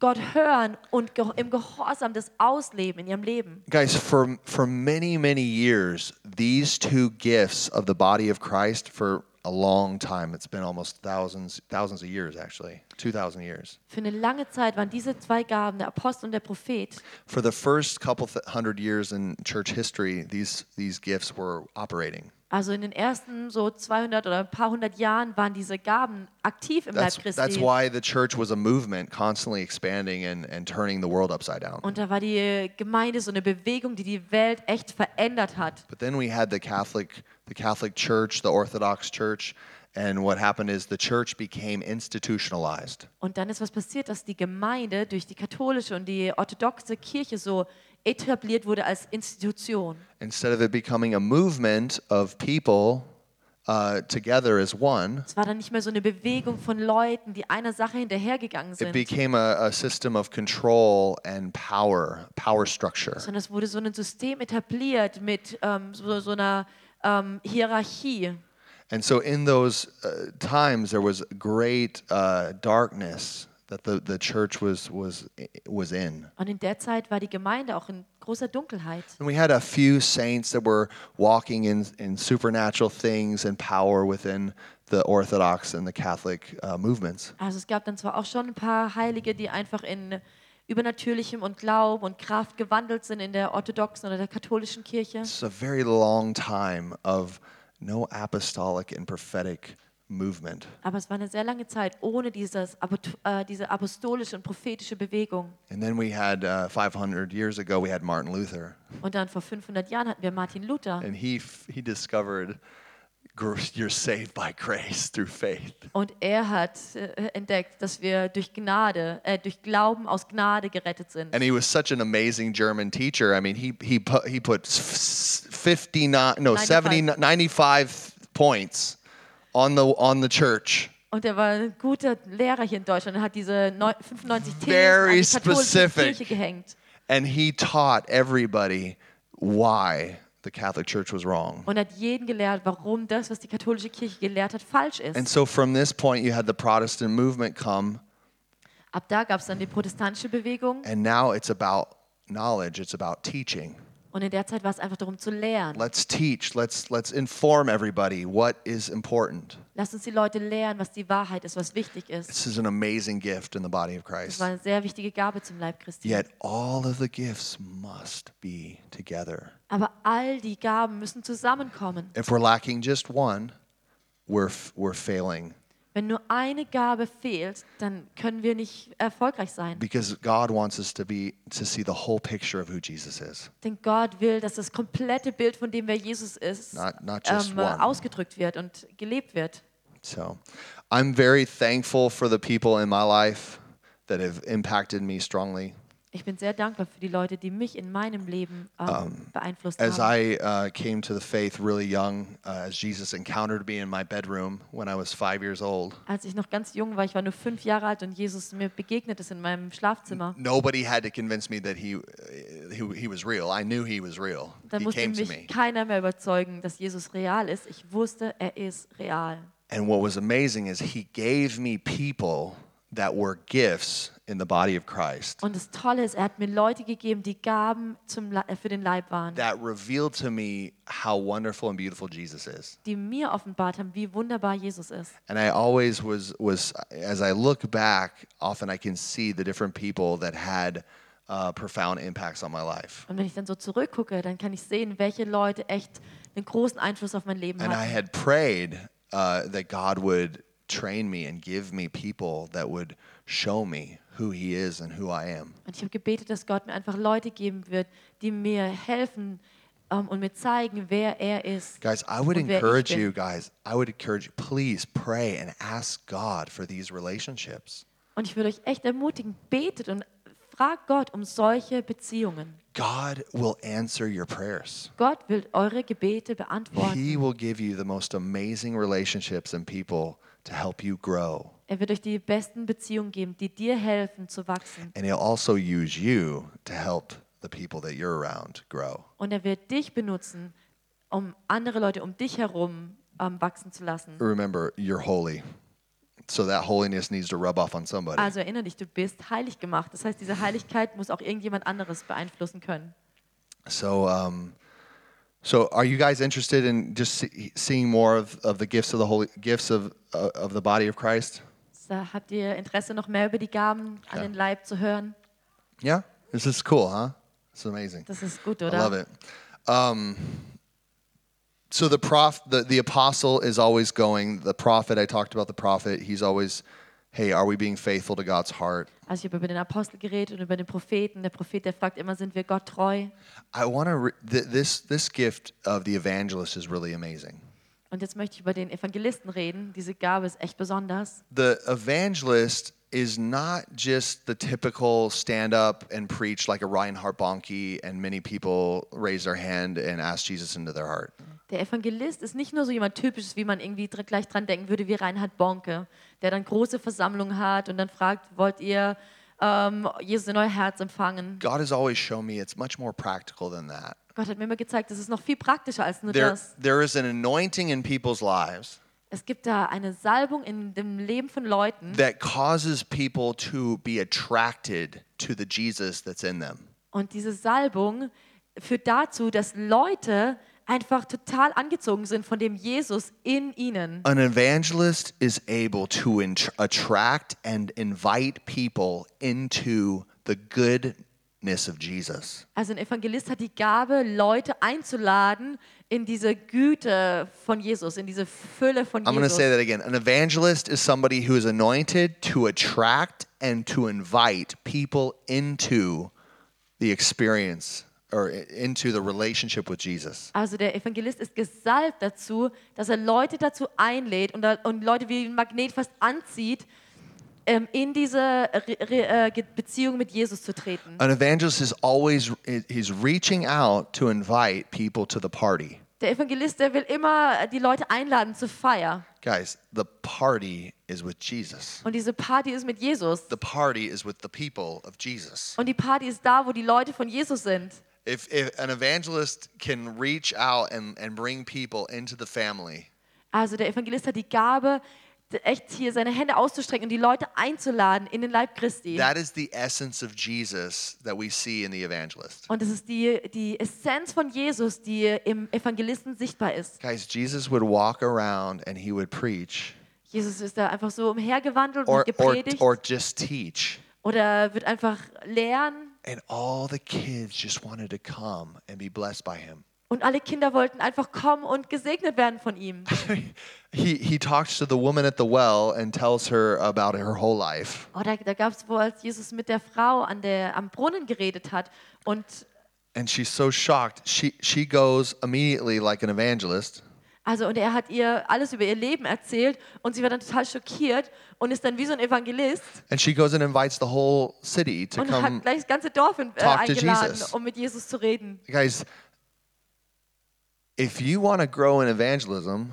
Gott hören und ge im Gehorsam das ausleben in ihrem Leben.
Guys, for, for many, many years, these two gifts of the body of Christ for a long time, it's been almost thousands, thousands of years actually, 2,000 years.
Für eine lange Zeit waren diese zwei Gaben, der Apostel und der Prophet,
For the first couple th- hundred years in church history, these, these gifts were operating.
also in den ersten so 200 oder ein paar hundert Jahren waren diese Gaben aktiv im
That's,
Leib
that's
Christi.
why the church was a movement constantly expanding and, and turning the world upside down.
Und da war die Gemeinde so eine Bewegung, die die Welt echt verändert hat.
But then we had the Catholic, the Catholic Church, the Orthodox Church, and what happened is the church became institutionalized.
Und dann ist was passiert, dass die Gemeinde durch die katholische und die orthodoxe Kirche so etabliert wurde als Institution.
Instead of it becoming a movement of people uh, together as one,
Es war dann nicht mehr so eine Bewegung von Leuten, die einer Sache hinterhergegangen
it
sind,
became a, a system of control and power, power structure.
sondern es wurde so ein System etabliert mit ähm, so, so einer ähm, Hierarchie.
And so in those uh, times, there was great uh, darkness that the, the church was, was, was in.
Und in der Zeit war die Gemeinde auch in großer Dunkelheit.
And we had a few saints that were walking in, in supernatural things and power within the Orthodox and the Catholic uh, movements.
Also es gab dann zwar auch schon ein paar Heilige, die einfach in übernatürlichem und Glauben und Kraft gewandelt sind in der orthodoxen oder der katholischen Kirche.
It's a very long time of no apostolic and prophetic movement.
Aber es war eine sehr lange Zeit ohne dieses, Apo- äh, diese apostolische und prophetische Bewegung.
And then we had uh, 500 years ago, we had Martin Luther,
Und dann vor 500 Jahren hatten wir Martin Luther.
and he, f- he discovered gr- you're saved by grace through faith.
Und er hat äh, entdeckt, dass wir durch Gnade, äh, durch Glauben aus Gnade gerettet sind.
And he was such an amazing German teacher. I mean, he he put he put s- 59 no 70
95.
95 points on the on the church.
Und er war ein guter Lehrer hier in Deutschland und hat diese neu- 95 Thesen an
Very
die katholische
specific.
Kirche gehängt.
And he taught everybody why the Catholic Church was wrong.
Und hat jeden gelehrt, warum das, was die katholische Kirche gelehrt hat, falsch
And
ist.
so from this point you had the Protestant movement come
Ab da gab es dann die protestantische Bewegung.
and now it's about knowledge, it's about teaching.
Und in der Zeit war es einfach darum zu lernen.
Let's teach, let's let's inform everybody what is important.
Lasst uns die Leute lehren, was die Wahrheit ist, was wichtig ist.
This is an amazing gift in the body of Christ.
Das war eine sehr wichtige Gabe zum Leib Christi.
Yet all of the gifts must be together.
Aber all die Gaben müssen zusammenkommen.
If we're lacking just one, we're, f- we're failing
Wenn nur eine Gabe fehlt, dann können wir nicht erfolgreich sein.
because God wants us to be to see the whole picture of who Jesus is.
Denn Gott will, dass das komplette Bild, von dem wer Jesus ist,
Not- not just
ähm, äh,
one.
ausgedrückt wird und gelebt wird.
So, I'm very thankful for the people in my life that have impacted me strongly.
Ich bin sehr dankbar für die Leute, die mich in meinem Leben ähm, beeinflusst
Um, As
haben.
I uh, came to the faith really young, uh, as Jesus encountered me in my bedroom when I was five years old,
Als ich noch ganz jung war, ich war nur fünf Jahre alt und Jesus mir begegnet ist in meinem Schlafzimmer.
nobody had to convince me that he, uh, he, he was real. I knew he was real.
Dann
he
musste
came to
mich
me.
keiner mehr überzeugen, dass Jesus real ist. Ich wusste, er ist real.
And what was amazing is he gave me people that were gifts in the body of Christ
Und das Tolle ist, er hat mir Leute gegeben, die Gaben zum, Le- äh, für den Leib waren,
that revealed to me how wonderful and beautiful Jesus is.
die mir offenbart haben, wie wunderbar Jesus ist.
And I always was was as I look back, often I can see the different people that had uh, profound impacts on my life.
Und wenn ich dann so zurückgucke, dann kann ich sehen, welche Leute echt einen großen Einfluss auf mein Leben
And I
hatten.
had prayed uh, that God would train me and give me people that would show me who He is and who I am.
Und ich habe gebetet, dass Gott mir einfach Leute geben wird, die mir helfen ähm, und mir zeigen, wer er ist.
Guys, I would
und wer ich
encourage
bin.
you, guys, I would encourage you, please pray and ask God for these relationships.
Und ich würde euch echt ermutigen, betet und fragt Gott um solche Beziehungen.
God will answer your prayers.
Gott will eure Gebete beantworten.
He will give you the most amazing relationships and people to help you grow.
Er wird euch die besten Beziehungen geben, die dir helfen zu wachsen.
And He'll also use you to help the people that you're around grow.
Und er wird dich benutzen, um andere Leute um dich herum ähm, wachsen zu lassen.
Remember, you're holy. So that holiness needs to rub off on somebody.
Also erinnere dich, du bist heilig gemacht. Das heißt, diese Heiligkeit muss auch irgendjemand anderes beeinflussen können.
So, um, so are you guys interested in just see, seeing more of, of the gifts of the holy gifts of uh, of the body of Christ?
So, habt ihr Interesse, noch mehr über die Gaben an
Ja.
den Leib zu hören?
Yeah, this is cool, huh? It's amazing.
Das ist gut,
I love
oder?
it. Um, so the prof, the, the apostle is always going. The prophet, I talked about the prophet. He's always, hey, are we being faithful to God's heart?
Also ich habe über den Apostel geredet und über den Propheten. Der Prophet, der fragt immer, sind wir Gott treu?
I want to. Re- th- this this gift of the evangelist is really amazing.
Und jetzt möchte ich über den Evangelisten reden. Diese Gabe ist echt besonders.
the evangelist is not just the typical stand up and preach like a Reinhard Bonnke and many people raise their hand and ask Jesus into their heart.
Der Evangelist ist nicht nur so jemand Typisches, wie man irgendwie dr- gleich dran denken würde, wie Reinhard Bonke, der dann große Versammlungen hat und dann fragt, wollt ihr ähm, Jesus in euer Herz empfangen?
God has always shown me it's much more practical than that.
Gott hat mir immer gezeigt, das ist noch viel praktischer als nur
There,
das.
there is an anointing in people's lives
Es gibt da eine Salbung in dem Leben von Leuten
that causes people to be attracted to the Jesus that's in them.
und diese Salbung führt dazu, dass Leute einfach total angezogen sind von dem Jesus in ihnen.
An evangelist is able to in- attract and invite people into the goodness of Jesus.
Also ein Evangelist hat die Gabe, Leute einzuladen in diese Güte von Jesus, in diese Fülle von
I'm going to
Jesus.
say that again. An evangelist is somebody who is anointed to attract and to invite people into the experience or i- into the relationship with Jesus.
Also der Evangelist ist gesalbt dazu, dass er Leute dazu einlädt und, da- und Leute wie ein Magnet fast anzieht, ähm, in diese Re Re äh, Ge- Beziehung mit Jesus zu treten.
An evangelist is always i- he's reaching out to invite people to the party.
Der Evangelist, der will immer die Leute einladen zur Feier.
Guys, the party is with Jesus.
Und diese Party ist mit Jesus.
The party is with the people of Jesus.
Und die Party ist da, wo die Leute von Jesus sind.
If, if an evangelist can reach out and, and bring people into the family,
Also der Evangelist hat die Gabe, d- echt hier seine Hände auszustrecken und die Leute einzuladen in den Leib Christi.
That is the essence of Jesus that we see in the evangelist.
Und es ist die, die Essenz von Jesus, die im Evangelisten sichtbar ist.
Guys, Jesus would walk around and he would preach
Jesus ist da einfach so umhergewandelt
or,
und
or,
gepredigt
or just teach.
oder wird einfach lehren.
And all the kids just wanted to come and be blessed by him.
Und alle Kinder wollten einfach kommen und gesegnet werden von ihm.
he, he talks to the woman at the well and tells her about her whole life.
Oh, da da gab es wohl, als Jesus mit der Frau an der, am Brunnen geredet hat. Und
And she's so shocked. She, she goes immediately like an evangelist.
Also und er hat ihr alles über ihr Leben erzählt und sie war dann total schockiert und ist dann wie so ein Evangelist
And she goes and invites the whole city to
und
come
hat gleich das ganze Dorf in, äh,
talk to
eingeladen,
Jesus.
um mit Jesus zu reden.
guys if you want to grow in evangelism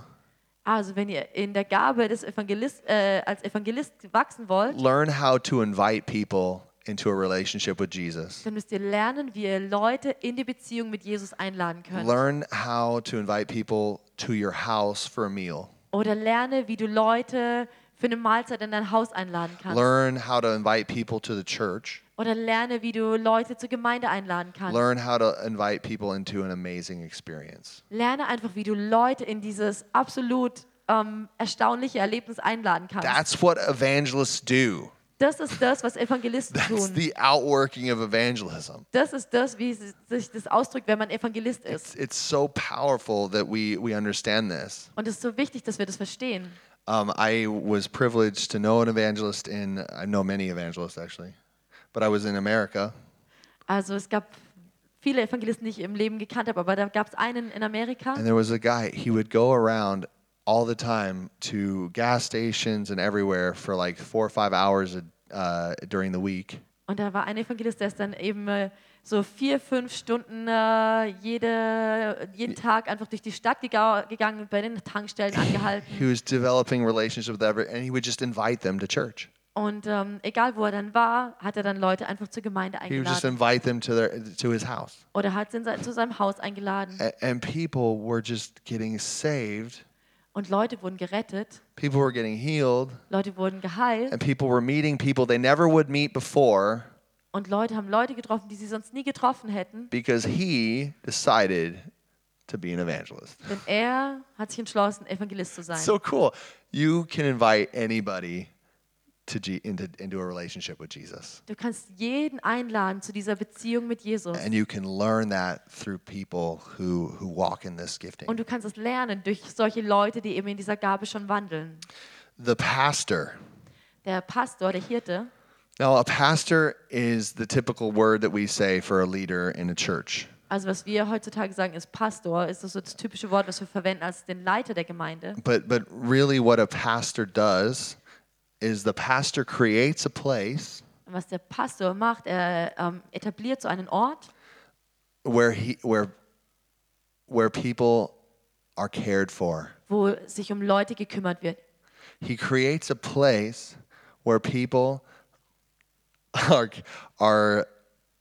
Also wenn ihr in der Gabe des Evangelist äh, als Evangelist wachsen wollt,
learn how to invite people into a relationship with jesus
dann müsst ihr lernen, wie ihr Leute in die Beziehung mit Jesus einladen könnt.
learn how to invite people to your house for a meal
Oder lerne, wie du Leute für eine Mahlzeit in dein Haus einladen kannst.
learn how to invite people to the church
Oder lerne, wie du Leute zur Gemeinde einladen kannst.
learn how to invite people into an amazing experience
Lerne einfach, wie du Leute in dieses absolut ähm, erstaunliche Erlebnis einladen kannst.
that's what evangelists do
Das ist das, was Evangelisten
that's
tun.
the outworking of evangelism
Das ist das, wie es sich das ausdrückt, wenn man Evangelist ist.
it's so powerful that we we understand this
Und es ist so wichtig, dass wir das verstehen.
Um, I was privileged to know an evangelist in, I know many evangelists actually, but I was in America
Also es gab viele Evangelisten, die ich im Leben gekannt habe, aber da gab es einen in Amerika.
and there was a guy, he would go around all the time to gas stations and everywhere for like four or five hours a, uh, during the week.
Und da war ein Evangelist, der ist dann eben äh, so vier, fünf Stunden äh, jede, jeden Tag einfach durch die Stadt gega gegangen und bei den Tankstellen angehalten.
He was developing relationships with every, and he would just invite them to church.
Und ähm, egal wo er dann war, hat er dann Leute einfach zur Gemeinde
He would just
eingeladen
invite them to their to his house.
oder hat sie in sein- zu seinem Haus eingeladen.
A- and people were just getting saved.
Und Leute wurden gerettet,
People were getting healed,
Leute wurden geheilt
and people were meeting people they never would meet before
und Leute haben Leute getroffen, die sie sonst nie getroffen hätten.
because he decided to be an evangelist.
Denn er hat sich entschlossen, Evangelist zu sein.
So cool. You can invite anybody to G- into, into a relationship with Jesus.
Du kannst jeden einladen zu dieser Beziehung mit Jesus.
And you can learn that through people who, who walk in this
Und
gifting.
du kannst es lernen durch solche Leute, die eben in dieser Gabe schon wandeln.
The pastor.
Der Pastor, der Hirte.
Now, a pastor is the typical word that we say for a leader in a church.
Also was wir heutzutage sagen, ist Pastor, ist das so das typische Wort, was wir verwenden als den Leiter der Gemeinde.
But but really what a pastor does is the pastor creates a place
Und was der Pastor macht, er ähm, etabliert so einen Ort,
where he where where people are cared for.
wo sich um Leute gekümmert wird.
He creates a place where people are are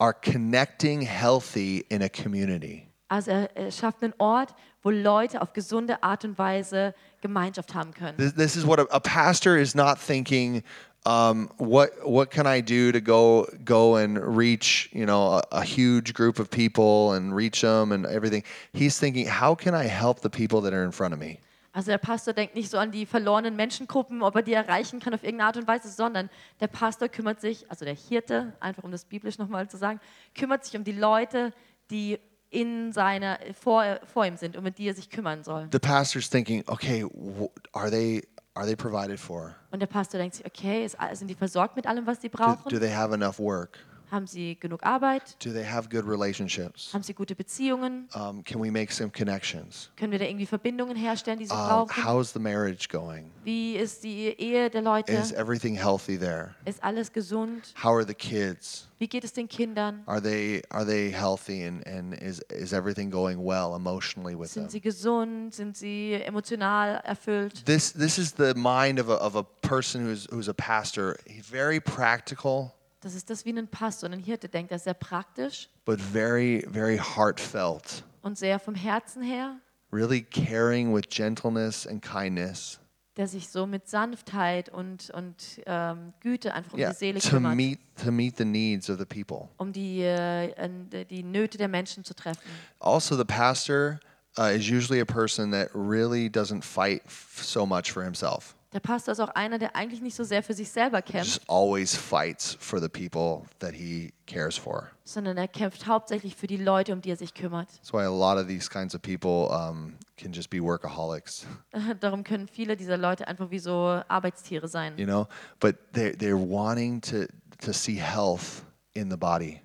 are connecting healthy in a community.
Also er, er schafft einen Ort, wo Leute auf gesunde Art und Weise Gemeinschaft haben können.
This, this is what a, a pastor is not thinking. Um, what what can I do to go go and reach you know a, a huge group of people and reach them and everything? He's thinking, how can I help the people that are in front of me?
Also der Pastor denkt nicht so an die verlorenen Menschengruppen, ob er die erreichen kann auf irgendeine Art und Weise, sondern der Pastor kümmert sich, also der Hirte, einfach um das biblisch nochmal zu sagen, kümmert sich um die Leute, die in seiner, vor, vor ihm sind und mit die er sich kümmern soll.
The pastor's thinking, okay, wh- are they are they provided for?
Und der Pastor denkt sich, okay, ist, all- sind die versorgt mit allem, was sie
Do,
brauchen?
do they have enough work?
Haben sie genug Arbeit?
Do they have good relationships?
Haben sie gute Beziehungen?
Um, can we make some connections?
Können wir da irgendwie Verbindungen herstellen, die sie
Um,
brauchen?
how's the marriage going?
Wie ist die Ehe der Leute?
Is everything healthy there?
ist alles gesund?
How are the kids?
Wie geht es den Kindern?
Are they are they healthy and, and is is everything going well emotionally with them?
Sind sie gesund? Sind sie emotional erfüllt?
This this is the mind of a of a person who's who's a pastor. He's very practical,
Das ist das, wie ein Pastor und ein Hirte denkt. Er ist sehr praktisch
but very very heartfelt.
und sehr vom Herzen her,
Really caring with gentleness and kindness.
der sich so mit Sanftheit und, und ähm, Güte einfach um
Yeah,
die Seele
to
kümmert,
meet to meet the needs of the people.
um die, äh, äh, die Nöte der Menschen zu treffen.
Also, the pastor uh, is usually a person that really doesn't fight f- so much for himself.
Der Pastor ist auch einer, der eigentlich nicht so sehr für sich selber kämpft,
Just always fights for the people that he cares for.
sondern er kämpft hauptsächlich für die Leute, um die er sich kümmert.
That's why a lot of these kinds of people um, can just be workaholics,
Darum können viele dieser Leute einfach wie so Arbeitstiere sein.
you know. But they they're wanting to to see health in the body.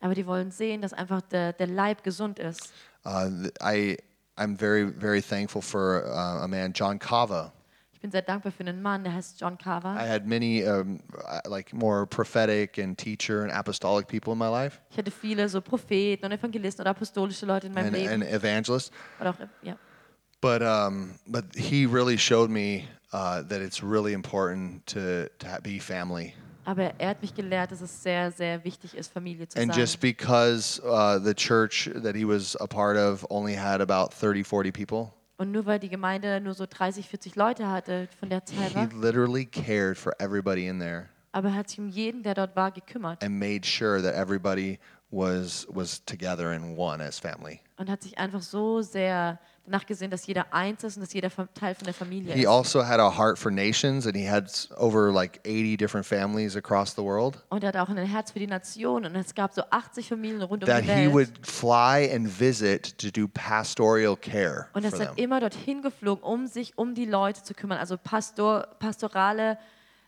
Aber die wollen sehen, dass einfach der, der Leib gesund ist.
Uh, th- I I'm very very thankful for uh, a man John Cava.
Ich bin sehr dankbar für einen Mann, der heißt John
I
Carver.
had many um, uh, like more prophetic and teacher and apostolic people in my life
Ich hatte viele so Propheten und Evangelisten oder apostolische Leute in meinem
and,
Leben.
and evangelists.
oder auch, ja.
But um, but he really showed me uh, that it's really important to to ha- be family.
Aber er hat mich gelehrt, dass es sehr, sehr wichtig ist, Familie zu
And
sein.
just because uh, the church that he was a part of only had about 30, 40 people,
Und nur weil die Gemeinde nur so 30, 40 Leute hatte von der Zeit,
he literally cared for everybody in there
aber er hat sich um jeden, der dort war, gekümmert
and made sure that everybody was was together in one as family.
und hat sich einfach so sehr danach gesehen, dass jeder eins ist und dass jeder vom- Teil von der Familie
He
ist.
also had a heart for nations, and he had s- over like 80 different families across the world
Und er hat auch ein Herz für die Nation und es gab so 80 Familien rund um
that
die Welt.
he would fly and visit to do pastoral care for
Und er ist dann
them.
immer dorthin geflogen, um sich um die Leute zu kümmern, also Pastor, pastorale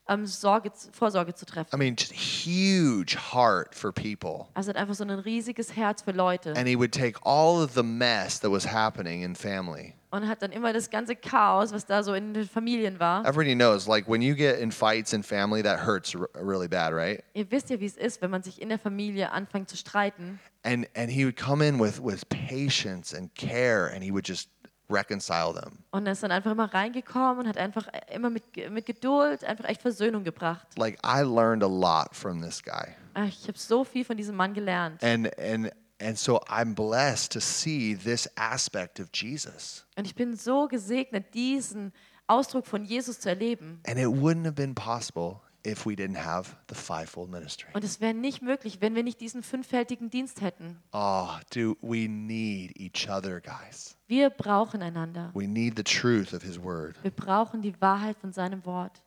ähm, Sorge, Vorsorge zu
I
treffen.
mean, just huge heart for people.
Also er hat einfach so ein riesiges Herz für Leute
And he would take all of the mess that was happening in family.
und hat dann immer das ganze Chaos, was da so in den Familien war.
Everybody knows, like when you get in fights in family, that hurts r- really bad, right?
Ihr wisst ja, wie es ist, wenn man sich in der Familie anfängt zu streiten.
And and he would come in with with patience and care, and he would just reconcile them.
Und er ist dann einfach immer reingekommen und hat einfach äh, immer mit, Ge- mit Geduld einfach echt Versöhnung gebracht.
Like I learned a lot from this guy,
Ach, ich habe so viel von diesem Mann gelernt.
and and and so I'm blessed to see this aspect of Jesus.
Und ich bin so gesegnet, diesen Ausdruck von Jesus zu erleben.
And it wouldn't have been possible if we didn't have the fivefold ministry.
Und es wäre nicht möglich, wenn wir nicht diesen fünffältigen Dienst hätten.
Oh, do we need each other, guys?
Wir brauchen einander.
We need the truth of His Word.
Wir brauchen die Wahrheit von seinem Wort.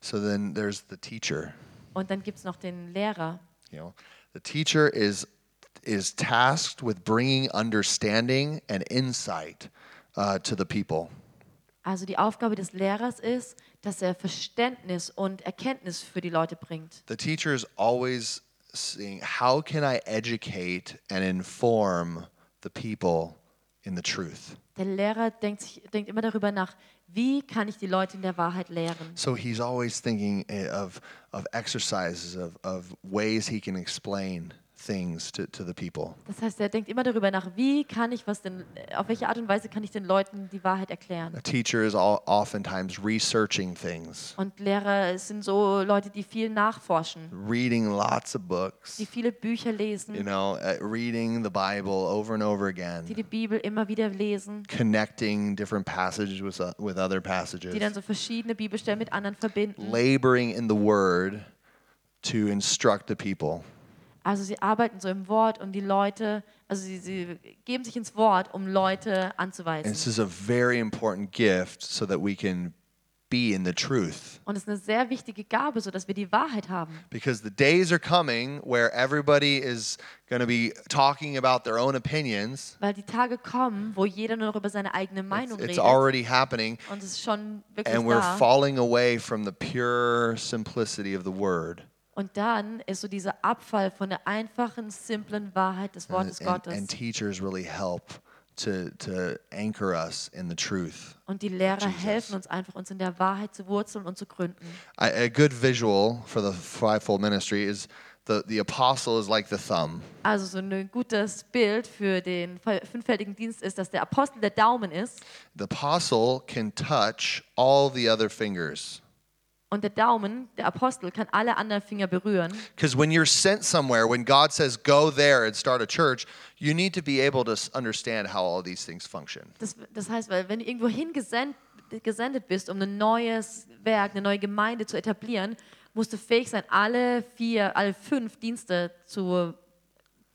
So then there's the teacher.
Und dann gibt es noch den Lehrer.
You know, the teacher is is tasked with bringing understanding and insight uh, to the people.
Also die Aufgabe des Lehrers ist, dass er Verständnis und Erkenntnis für die Leute bringt.
The teacher is always seeing how can I educate and inform the people in the truth.
Der Lehrer denkt, sich, denkt immer darüber nach, wie kann ich die Leute in der Wahrheit lehren.
So he's always thinking eh, of of exercises of of ways he can explain things to, to the people.
Das heißt, er denkt immer darüber nach, wie kann ich was denn, auf welche Art und Weise kann ich den Leuten die Wahrheit erklären.
A teacher is all, oftentimes researching things,
Und Lehrer sind so Leute, die viel nachforschen,
reading lots of books.
die viele Bücher
you
lesen,
know, uh, reading the Bible over and over
die
again,
die Bibel immer wieder lesen,
connecting different passages with, uh, with other
die dann
passages,
so verschiedene Bibelstellen mit anderen verbinden.
laboring in the Word to instruct the people.
Also sie arbeiten so im Wort und die Leute, also sie, sie geben sich ins Wort, um Leute
And this
anzuweisen.
is a very important gift so that we can be in the truth.
Und es ist eine sehr wichtige Gabe, so dass wir die Wahrheit haben.
Because the days are coming where everybody is going to be talking about their own opinions.
Weil die Tage kommen, wo jeder nur noch über seine eigene
It's,
Meinung
it's
redet.
already happening.
Und es ist schon wirklich
And we're
da.
falling away from the pure simplicity of the Word.
Und dann ist so dieser Abfall von der einfachen, simplen Wahrheit des
and,
Wortes
and-
Gottes.
and teachers really help to, to anchor us in the truth.
und die Lehrer
Jesus.
helfen uns einfach, uns in der Wahrheit zu wurzeln und zu gründen.
I, a good visual for the fivefold ministry is the, the apostle is like the thumb.
Also so ein gutes Bild für den fe- fünffältigen Dienst ist, dass der Apostel der Daumen ist
The apostle can touch all the other fingers.
und der Daumen, der Apostel, kann alle anderen Finger berühren.
Because when you're sent somewhere, when God says, go there and start a church, you need to be able to s- understand how all these things function.
Das, das heißt, weil wenn du irgendwo hingesendet gesendet bist, um ein neues Werk, eine neue Gemeinde zu etablieren, musst du fähig sein, alle vier, alle fünf Dienste zu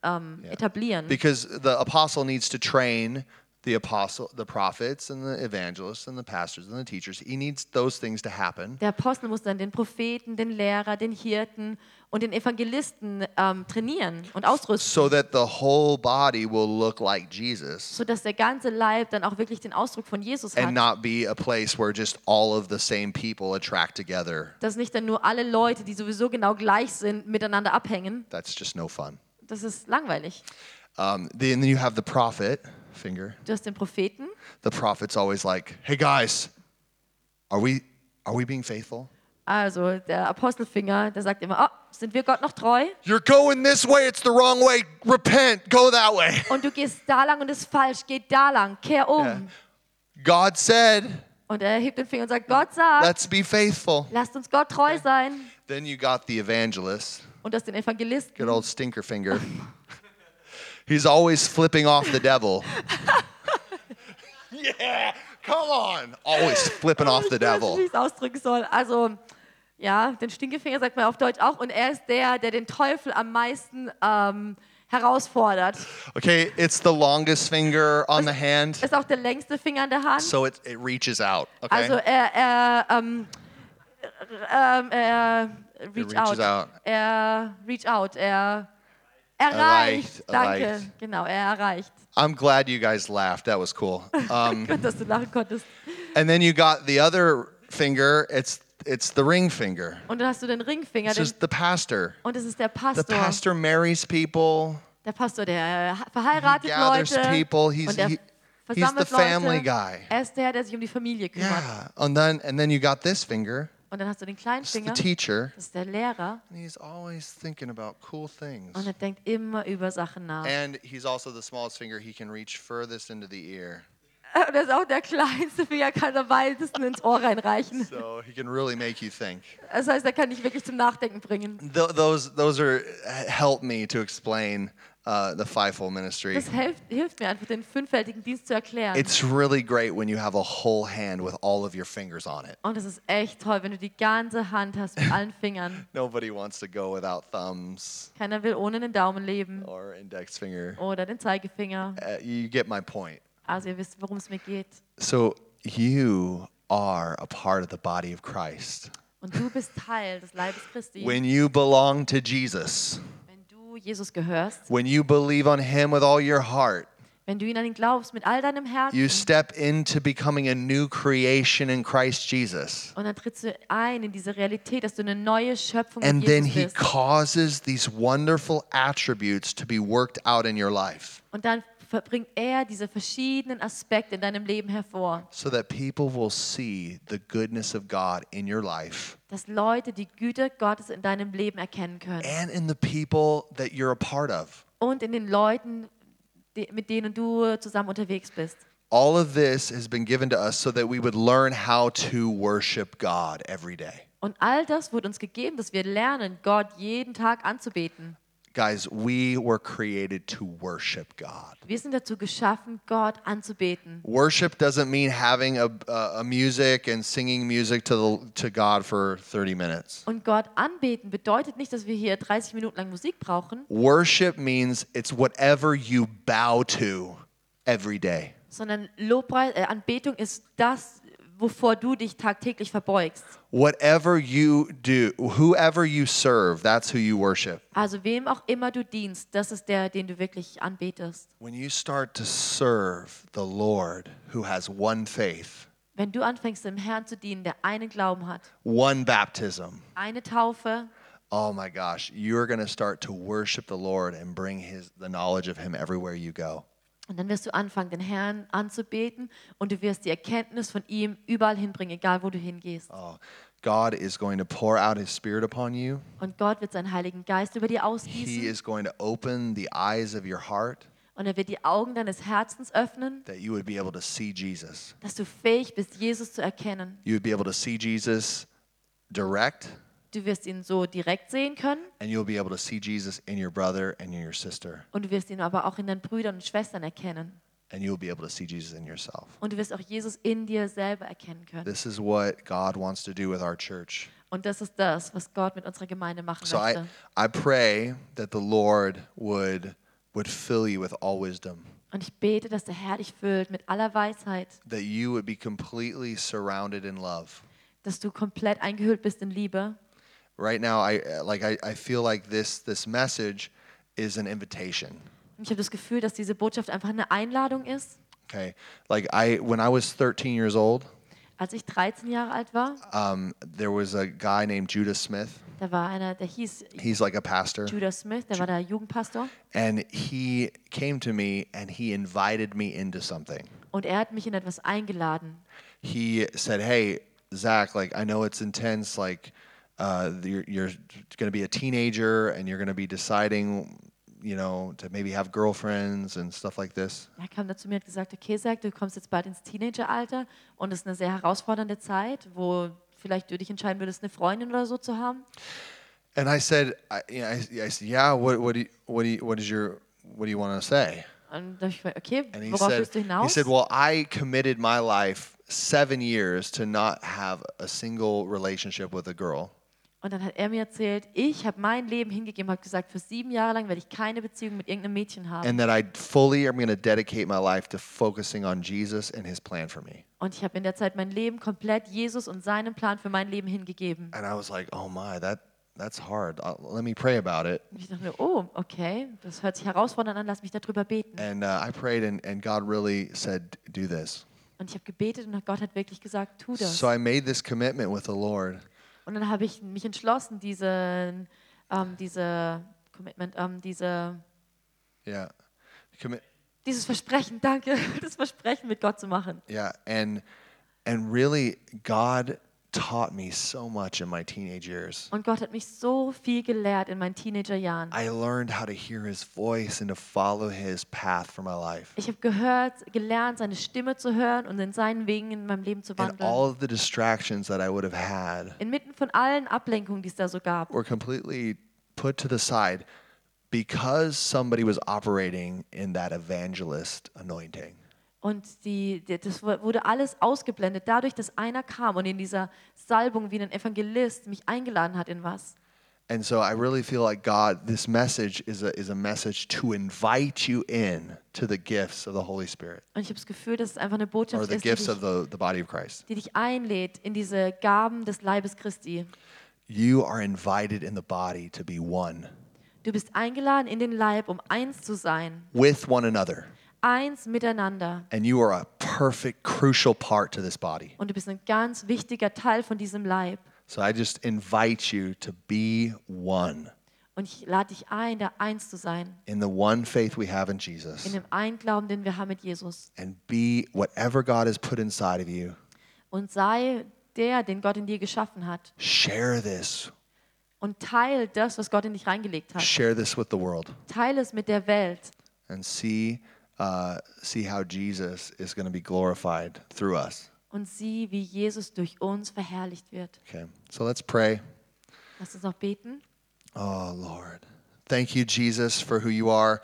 ähm, etablieren.
Because the apostle needs to train the apostle, the prophets, and the evangelists, and the pastors, and the teachers. He needs those things to happen.
Der Apostel muss dann den Propheten, den Lehrer, den Hirten und den Evangelisten ähm, trainieren und ausrüsten,
so that the whole body will look like Jesus
sodass der ganze Leib dann auch wirklich den Ausdruck von Jesus
and
hat.
not be a place where just all of the same people attract together.
Dass nicht dann nur alle Leute, die sowieso genau gleich sind, miteinander abhängen.
That's just no fun.
Das ist langweilig.
Um, then you have the prophet finger.
Du hast den Propheten
The prophet's always like, "Hey guys, are we are we being faithful?
Also der Apostelfinger, der sagt immer, oh, sind wir Gott noch treu?
You're going this way. It's the wrong way. Repent. Go that way."
Und du gehst da lang und ist falsch, geh da lang, kehr um.
Yeah. God said,
Und er hebt den Finger und sagt, Gott sagt,
"Let's be faithful."
lasst uns Gott treu sein.
Then you got the evangelist.
Und das den Evangelisten.
Good old stinker finger. He's always flipping off the devil. yeah, come on. Always flipping off the
Ich weiß nicht, wie
Genau, devil.
ich es ausdrücken soll. Also, ja, den Stinkefinger sagt man auf Deutsch auch. Und er ist der, der den Teufel am meisten ähm, herausfordert.
Okay, it's the longest finger on the hand,
Ist auch der längste Finger an der Hand.
so it, it reaches out. Okay.
Also er, er, ähm, r- ähm, er reach out.
reaches out.
Er reach out. Er erreicht.
Erreicht,
Danke.
erreicht.
Genau, er erreicht.
I'm glad you guys laughed. That was cool. Um,
Gut, dass du lachen konntest.
and then you got the other finger. It's it's the ring finger.
Und dann hast du den Ringfinger.
This
Den,
is the pastor.
und es ist der
The
Pastor.
pastor marries people,
Der Pastor, der äh, verheiratet
gathers
Leute.
people. He's
und er
he- he's the
versammelt
family
Leute.
guy.
Er ist der, der sich um die Familie kümmert.
Yeah. And then and then you got this finger.
Und dann hast du den kleinen
It's the
Finger.
teacher.
Das ist der Lehrer.
And he's always thinking about cool things.
Und er denkt immer über Sachen nach.
And he's also the smallest finger. He can reach furthest into the ear.
Und er ist auch der kleinste Finger, kann am weitesten ins Ohr reinreichen.
So he can really make you think.
Das heißt, er kann dich wirklich zum Nachdenken bringen.
Th- those those are uh, help me to explain uh, the fivefold ministry.
Das hilft, hilft mir einfach, den fünffältigen Dienst zu erklären.
It's really great when you have a whole hand with all of your fingers on it.
Und es ist echt toll, wenn du die ganze Hand hast mit allen Fingern.
Nobody wants to go without thumbs
Keiner will ohne den Daumen leben
or index finger.
oder den Zeigefinger.
Uh, you get my point.
Also ihr wisst, worum es mir geht.
So you are a part of the body of Christ.
Und du bist Teil des Leibes Christi.
When you belong to Jesus,
wenn du Jesus gehörst,
when you believe on him with all your heart,
wenn du ihn an ihn glaubst mit all deinem Herzen,
you step into becoming a new creation in Christ Jesus.
und dann trittst du ein in diese Realität, dass du eine neue Schöpfung in
And then
Jesus
he
bist.
causes these wonderful attributes to be worked out in your life
Und dann ver- bringt er diese verschiedenen Aspekte in deinem Leben hervor,
so that people will see the goodness of God in your life
dass Leute die Güte Gottes in deinem Leben erkennen können.
and in the people that you're a part of.
Und in den Leuten, die, mit denen du zusammen unterwegs bist.
All of this has been given to us so that we would learn how to worship God every day.
Und all das wurde uns gegeben, dass wir lernen, Gott jeden Tag anzubeten.
Guys, we were created to worship God.
Wir sind dazu geschaffen, Gott anzubeten.
Worship doesn't mean having a, a, a music and singing music to, the, to God for 30 minutes.
Und Gott anbeten bedeutet nicht, dass wir hier 30 Minuten lang Musik brauchen,
Worship means it's whatever you bow to every day.
sondern Lobpreis, äh, Anbetung ist das, wovor du dich tagtäglich verbeugst.
Whatever you do, whoever you serve, that's who you worship.
Also wem auch immer du dienst, das ist der, den du wirklich anbetest.
When you start to serve the Lord who has one faith,
Wenn du anfängst, dem Herrn zu dienen, der einen Glauben hat,
one baptism,
eine Taufe,
oh my gosh, you're going to start to worship the Lord and bring his the knowledge of him everywhere you go.
und dann wirst du anfangen, den Herrn anzubeten und du wirst die Erkenntnis von ihm überall hinbringen, egal wo du hingehst.
Oh, God is going to pour out his spirit upon you.
Und Gott wird seinen Heiligen Geist über dir
He
ausgießen
is going to open the eyes of your heart
und er wird die Augen deines Herzens öffnen,
that you would be able to see Jesus.
dass du fähig bist, Jesus zu erkennen.
you would be able to see Jesus direct,
Du wirst ihn so direkt sehen können
and you'll be able to see Jesus in your brother and in your sister,
und du wirst ihn aber auch in deinen Brüdern und Schwestern erkennen.
and you'll be able to see Jesus in yourself.
Und du wirst auch Jesus in dir selber erkennen können.
This is what God wants to do with our church.
Und das ist das, was Gott mit unserer Gemeinde machen
So I,
möchte.
I pray that the Lord would would fill you with all wisdom,
Und ich bete, dass der Herr dich füllt mit aller Weisheit,
that you would be completely surrounded in love.
dass du komplett eingehüllt bist in Liebe.
Right now, I uh, like I, I feel like this this message is an invitation.
Und ich habe das Gefühl, dass diese Botschaft einfach eine Einladung ist.
Okay. Like I when I was 13 years old,
Als ich 13 Jahre alt war,
um, there was a guy named Judah Smith.
da war einer, der hieß
He's like a pastor.
Judas Smith, der war der Jugendpastor.
And he came to me and he invited me into something.
Und er hat mich in etwas eingeladen.
He said, Hey, Zach, like, I know it's intense. Like, uh, you're, you're going to be a teenager and you're going to be deciding, you know, to maybe have girlfriends and stuff like this.
Er kam dazu mir und hat gesagt, okay, Zack, du kommst jetzt bald ins Teenageralter und es ist eine sehr herausfordernde Zeit, wo vielleicht du dich entscheiden würdest, eine Freundin oder so zu haben.
And I said, I, you know, I, I said, Yeah, what, what, do you, what, do you, what is your, what do you want to say?
Und da habe ich gemeint, okay,
And he
worauf
said,
willst du
he
hinaus?
said, Well, I committed my life seven years to not have a single relationship with a girl.
Und dann hat er mir erzählt, ich habe mein Leben hingegeben, habe gesagt, für sieben Jahre lang werde ich keine Beziehung mit irgendeinem Mädchen haben.
and that I fully am going to dedicate my life to focusing on Jesus and his plan for me.
Und ich habe in der Zeit mein Leben komplett Jesus und seinem Plan für mein Leben hingegeben.
And I was like, oh my, that that's hard. Uh, let me pray about it.
Und ich dachte mir, oh, okay, das hört sich herausfordernd an, lass mich darüber beten.
And uh, I prayed, and, and God really said, do this.
Und ich habe gebetet und Gott hat wirklich gesagt, tu das.
So I made this commitment with the Lord.
Und dann habe ich mich entschlossen, diesen, ähm, diese Commitment, ähm, diese,
Yeah. Commit.
dieses Versprechen, danke, das Versprechen mit Gott zu machen.
Yeah. And and really, God taught me so much in my teenage years.
Und Gott hat mich so viel gelehrt in meinen Teenagerjahren.
I learned how to hear His voice and to follow His path for my life.
Ich habe gehört, gelernt, seine Stimme zu hören und in seinen Wegen in meinem Leben zu
And all
wandeln.
of the distractions that I would have had
Inmitten von allen Ablenkungen, die es da so gab,
were completely put to the side because somebody was operating in that evangelist anointing.
Und die, die, das wu- wurde alles ausgeblendet, dadurch, dass einer kam und in dieser Salbung wie ein Evangelist mich eingeladen hat in was.
And so I really feel like God, this message is a, is a message to invite you in to the gifts of the Holy Spirit
Und ich habe das Gefühl, dass es einfach eine
or
Botschaft
the
ist, die
gifts
dich,
of the, the body of Christ.
die dich einlädt in diese Gaben des Leibes Christi.
You are invited in the body to be one
Du bist eingeladen in den Leib, um eins zu sein,
with one another.
eins miteinander.
And you are a perfect, crucial part to this body.
Und du bist ein ganz wichtiger Teil von diesem Leib.
So I just invite you to be one
Und ich lade dich ein, da eins zu sein,
in the one faith we have in
in
Jesus
dem einen Glauben, den wir haben mit Jesus.
and be whatever God has put inside of you.
Und sei der, den Gott in dir geschaffen hat.
Share this.
Und teil das, was Gott in dich reingelegt hat.
Share this with the world.
Teile es mit der Welt
and see uh, see how Jesus is going to be glorified through us.
und sieh, wie Jesus durch uns verherrlicht wird.
Okay, so let's pray.
Lass uns noch beten.
Oh Lord, thank you, Jesus, for who you are.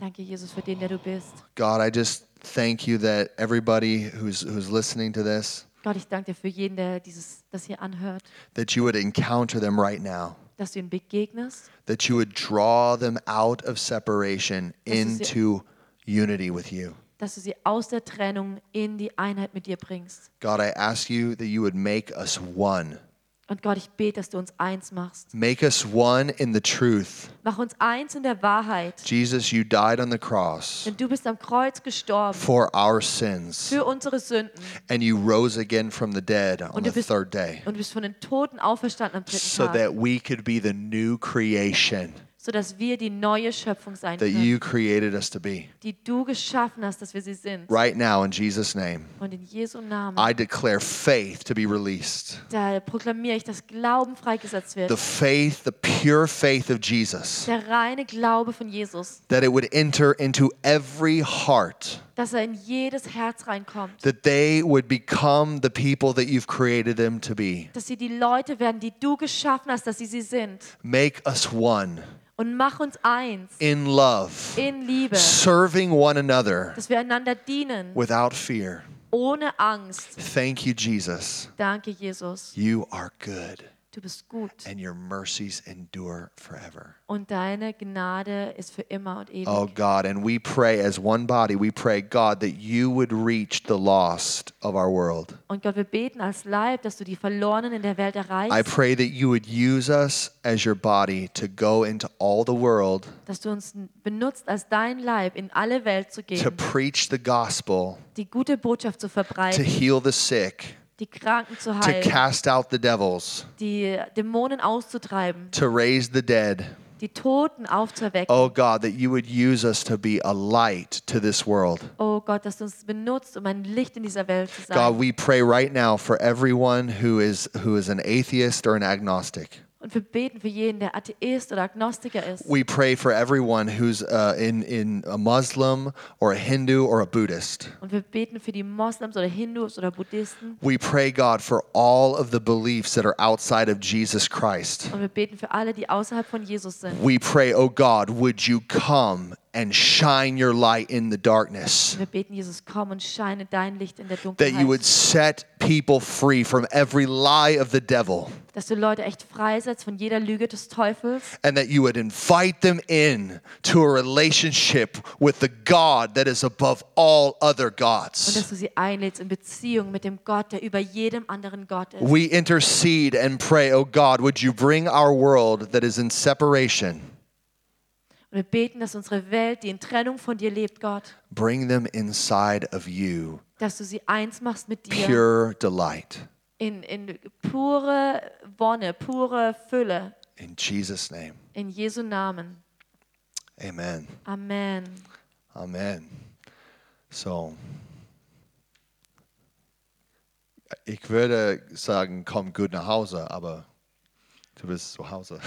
Danke, Jesus, für den, der du bist.
God, I just thank you that everybody who's who's listening to this,
Gott, ich danke dir für jeden, der dieses, das hier anhört,
that you would encounter them right now,
dass du ihm begegnest,
that you would draw them out of separation
is it.
into unity with you.
dass du sie aus der Trennung in die Einheit mit dir bringst.
God, I ask you that you would make us one.
Und Gott, ich bete, dass du uns eins machst.
Make us one in the truth.
Mach uns eins in der Wahrheit.
Jesus, you died on the cross.
Denn du bist am Kreuz gestorben
for our sins,
für unsere Sünden.
and you rose again from the dead on
Und du
the
bist,
third day,
und du bist von den Toten auferstanden am dritten
so
Tag,
that we could be the new creation
sodass wir die neue Schöpfung sein
that
können,
you created us to be.
die du geschaffen hast, dass wir sie sind.
Right now, in Jesus' name,
Und in Jesu Namen,
I declare faith to be released.
da proklamiere ich, dass Glauben freigesetzt wird.
The faith, the pure faith of Jesus,
Der reine Glaube von Jesus,
that it would enter into every heart,
dass er in jedes Herz reinkommt,
that they would become the people that you've created them to be.
dass sie die Leute werden, die du geschaffen hast, dass sie sie sind.
Make us one
Und mach uns eins
in love,
in Liebe,
serving one another
dass wir einander dienen,
without fear.
ohne Angst.
Thank you, Jesus.
Danke, Jesus.
You are good
Du bist gut.
and your mercies endure forever.
Und deine Gnade ist für immer und ewig.
Oh God, and we pray as one body, we pray, God, that you would reach the lost of our world.
Und Gott, wir beten als Leib, dass du die Verlorenen in der Welt
I
erreichst,
pray that you would use us as your body to go into all the world
dass du uns benutzt, als dein Leib in alle Welt zu
to
gehen,
preach the gospel,
die gute Botschaft zu
to
verbreiten,
heal the sick,
die Kranken zu
to
heilen,
cast out the devils,
die Dämonen auszutreiben,
to raise the dead.
die Toten aufzuwecken.
Oh God, that you would use us to be a light to this world.
Oh Gott, dass du uns benutzt, um ein Licht in dieser Welt zu
God,
sein.
we pray right now for everyone who is who is an atheist or an agnostic.
Und wir beten für jeden, der Atheist oder Agnostiker ist.
We pray for everyone who's uh, in in a Muslim or a Hindu or a Buddhist.
Und wir beten für die Moslems oder Hindus oder Buddhisten.
We pray, God, for all of the beliefs that are outside of Jesus Christ.
Und wir beten für alle, die außerhalb von Jesus sind.
We pray, oh God, would you come and shine your light in the darkness.
Wir beten, Jesus, komm und scheine dein Licht in der
That you
Dunkelheit.
would set people free from every lie of the devil
dass du Leute echt freisetzt von jeder Lüge des Teufels
and that you would invite them in to a relationship with the God that is above all other
und dass
gods.
du sie einlädst in Beziehung mit dem Gott, der über jedem anderen Gott ist.
We intercede and pray, oh God, would you bring our world that is in separation,
Und wir beten, dass unsere Welt, die in Trennung von dir lebt, Gott,
bring them inside of you,
dass du sie eins machst mit dir
pure delight.
in, in pure Wonne, pure Fülle.
In Jesus' name,
In Jesu Namen.
amen.
Amen.
Amen. So. Ich würde sagen, komm gut nach Hause, aber du bist zu Hause.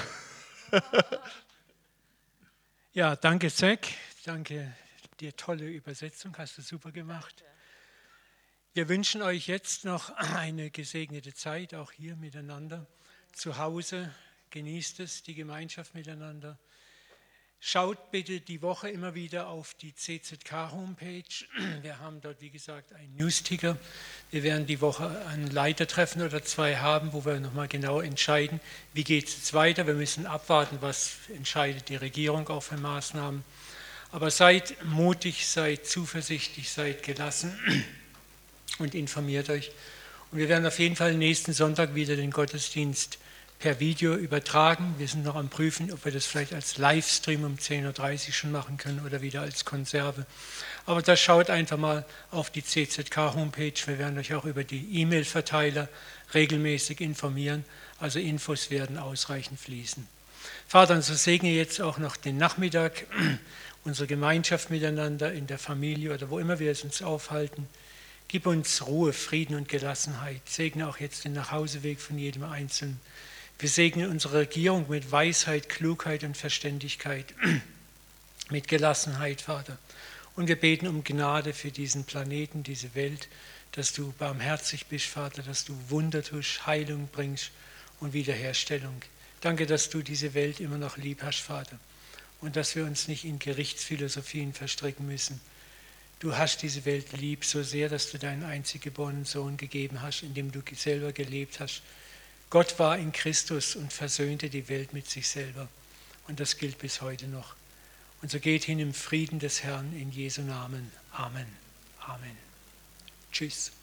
Ja, danke Zack, danke dir, tolle Übersetzung, hast du super gemacht. Wir wünschen euch jetzt noch eine gesegnete Zeit, auch hier miteinander, zu Hause. Genießt es, die Gemeinschaft miteinander. Schaut bitte die Woche immer wieder auf die CZK-Homepage. Wir haben dort, wie gesagt, einen Newsticker. Wir werden die Woche ein Leitertreffen oder zwei haben, wo wir nochmal genau entscheiden, wie geht es jetzt weiter. Wir müssen abwarten, was entscheidet die Regierung auch für Maßnahmen. Aber seid mutig, seid zuversichtlich, seid gelassen und informiert euch. Und wir werden auf jeden Fall nächsten Sonntag wieder den Gottesdienst per Video übertragen. Wir sind noch am Prüfen, ob wir das vielleicht als Livestream um 10.30 Uhr schon machen können oder wieder als Konserve. Aber da schaut einfach mal auf die CZK-Homepage. Wir werden euch auch über die E-Mail-Verteiler regelmäßig informieren. Also Infos werden ausreichend fließen. Vater, und so segne jetzt auch noch den Nachmittag, unsere Gemeinschaft miteinander in der Familie oder wo immer wir es uns aufhalten. Gib uns Ruhe, Frieden und Gelassenheit. Segne auch jetzt den Nachhauseweg von jedem Einzelnen. Wir segnen unsere Regierung mit Weisheit, Klugheit und Verständigkeit, mit Gelassenheit, Vater. Und wir beten um Gnade für diesen Planeten, diese Welt, dass du barmherzig bist, Vater, dass du Wunder tust, Heilung bringst und Wiederherstellung. Danke, dass du diese Welt immer noch lieb hast, Vater. Und dass wir uns nicht in Gerichtsphilosophien verstricken müssen, Du hast diese Welt lieb so sehr, dass du deinen einzig geborenen Sohn gegeben hast, in dem du selber gelebt hast. Gott war in Christus und versöhnte die Welt mit sich selber. Und das gilt bis heute noch. Und so geht hin im Frieden des Herrn in Jesu Namen. Amen. Amen. Tschüss.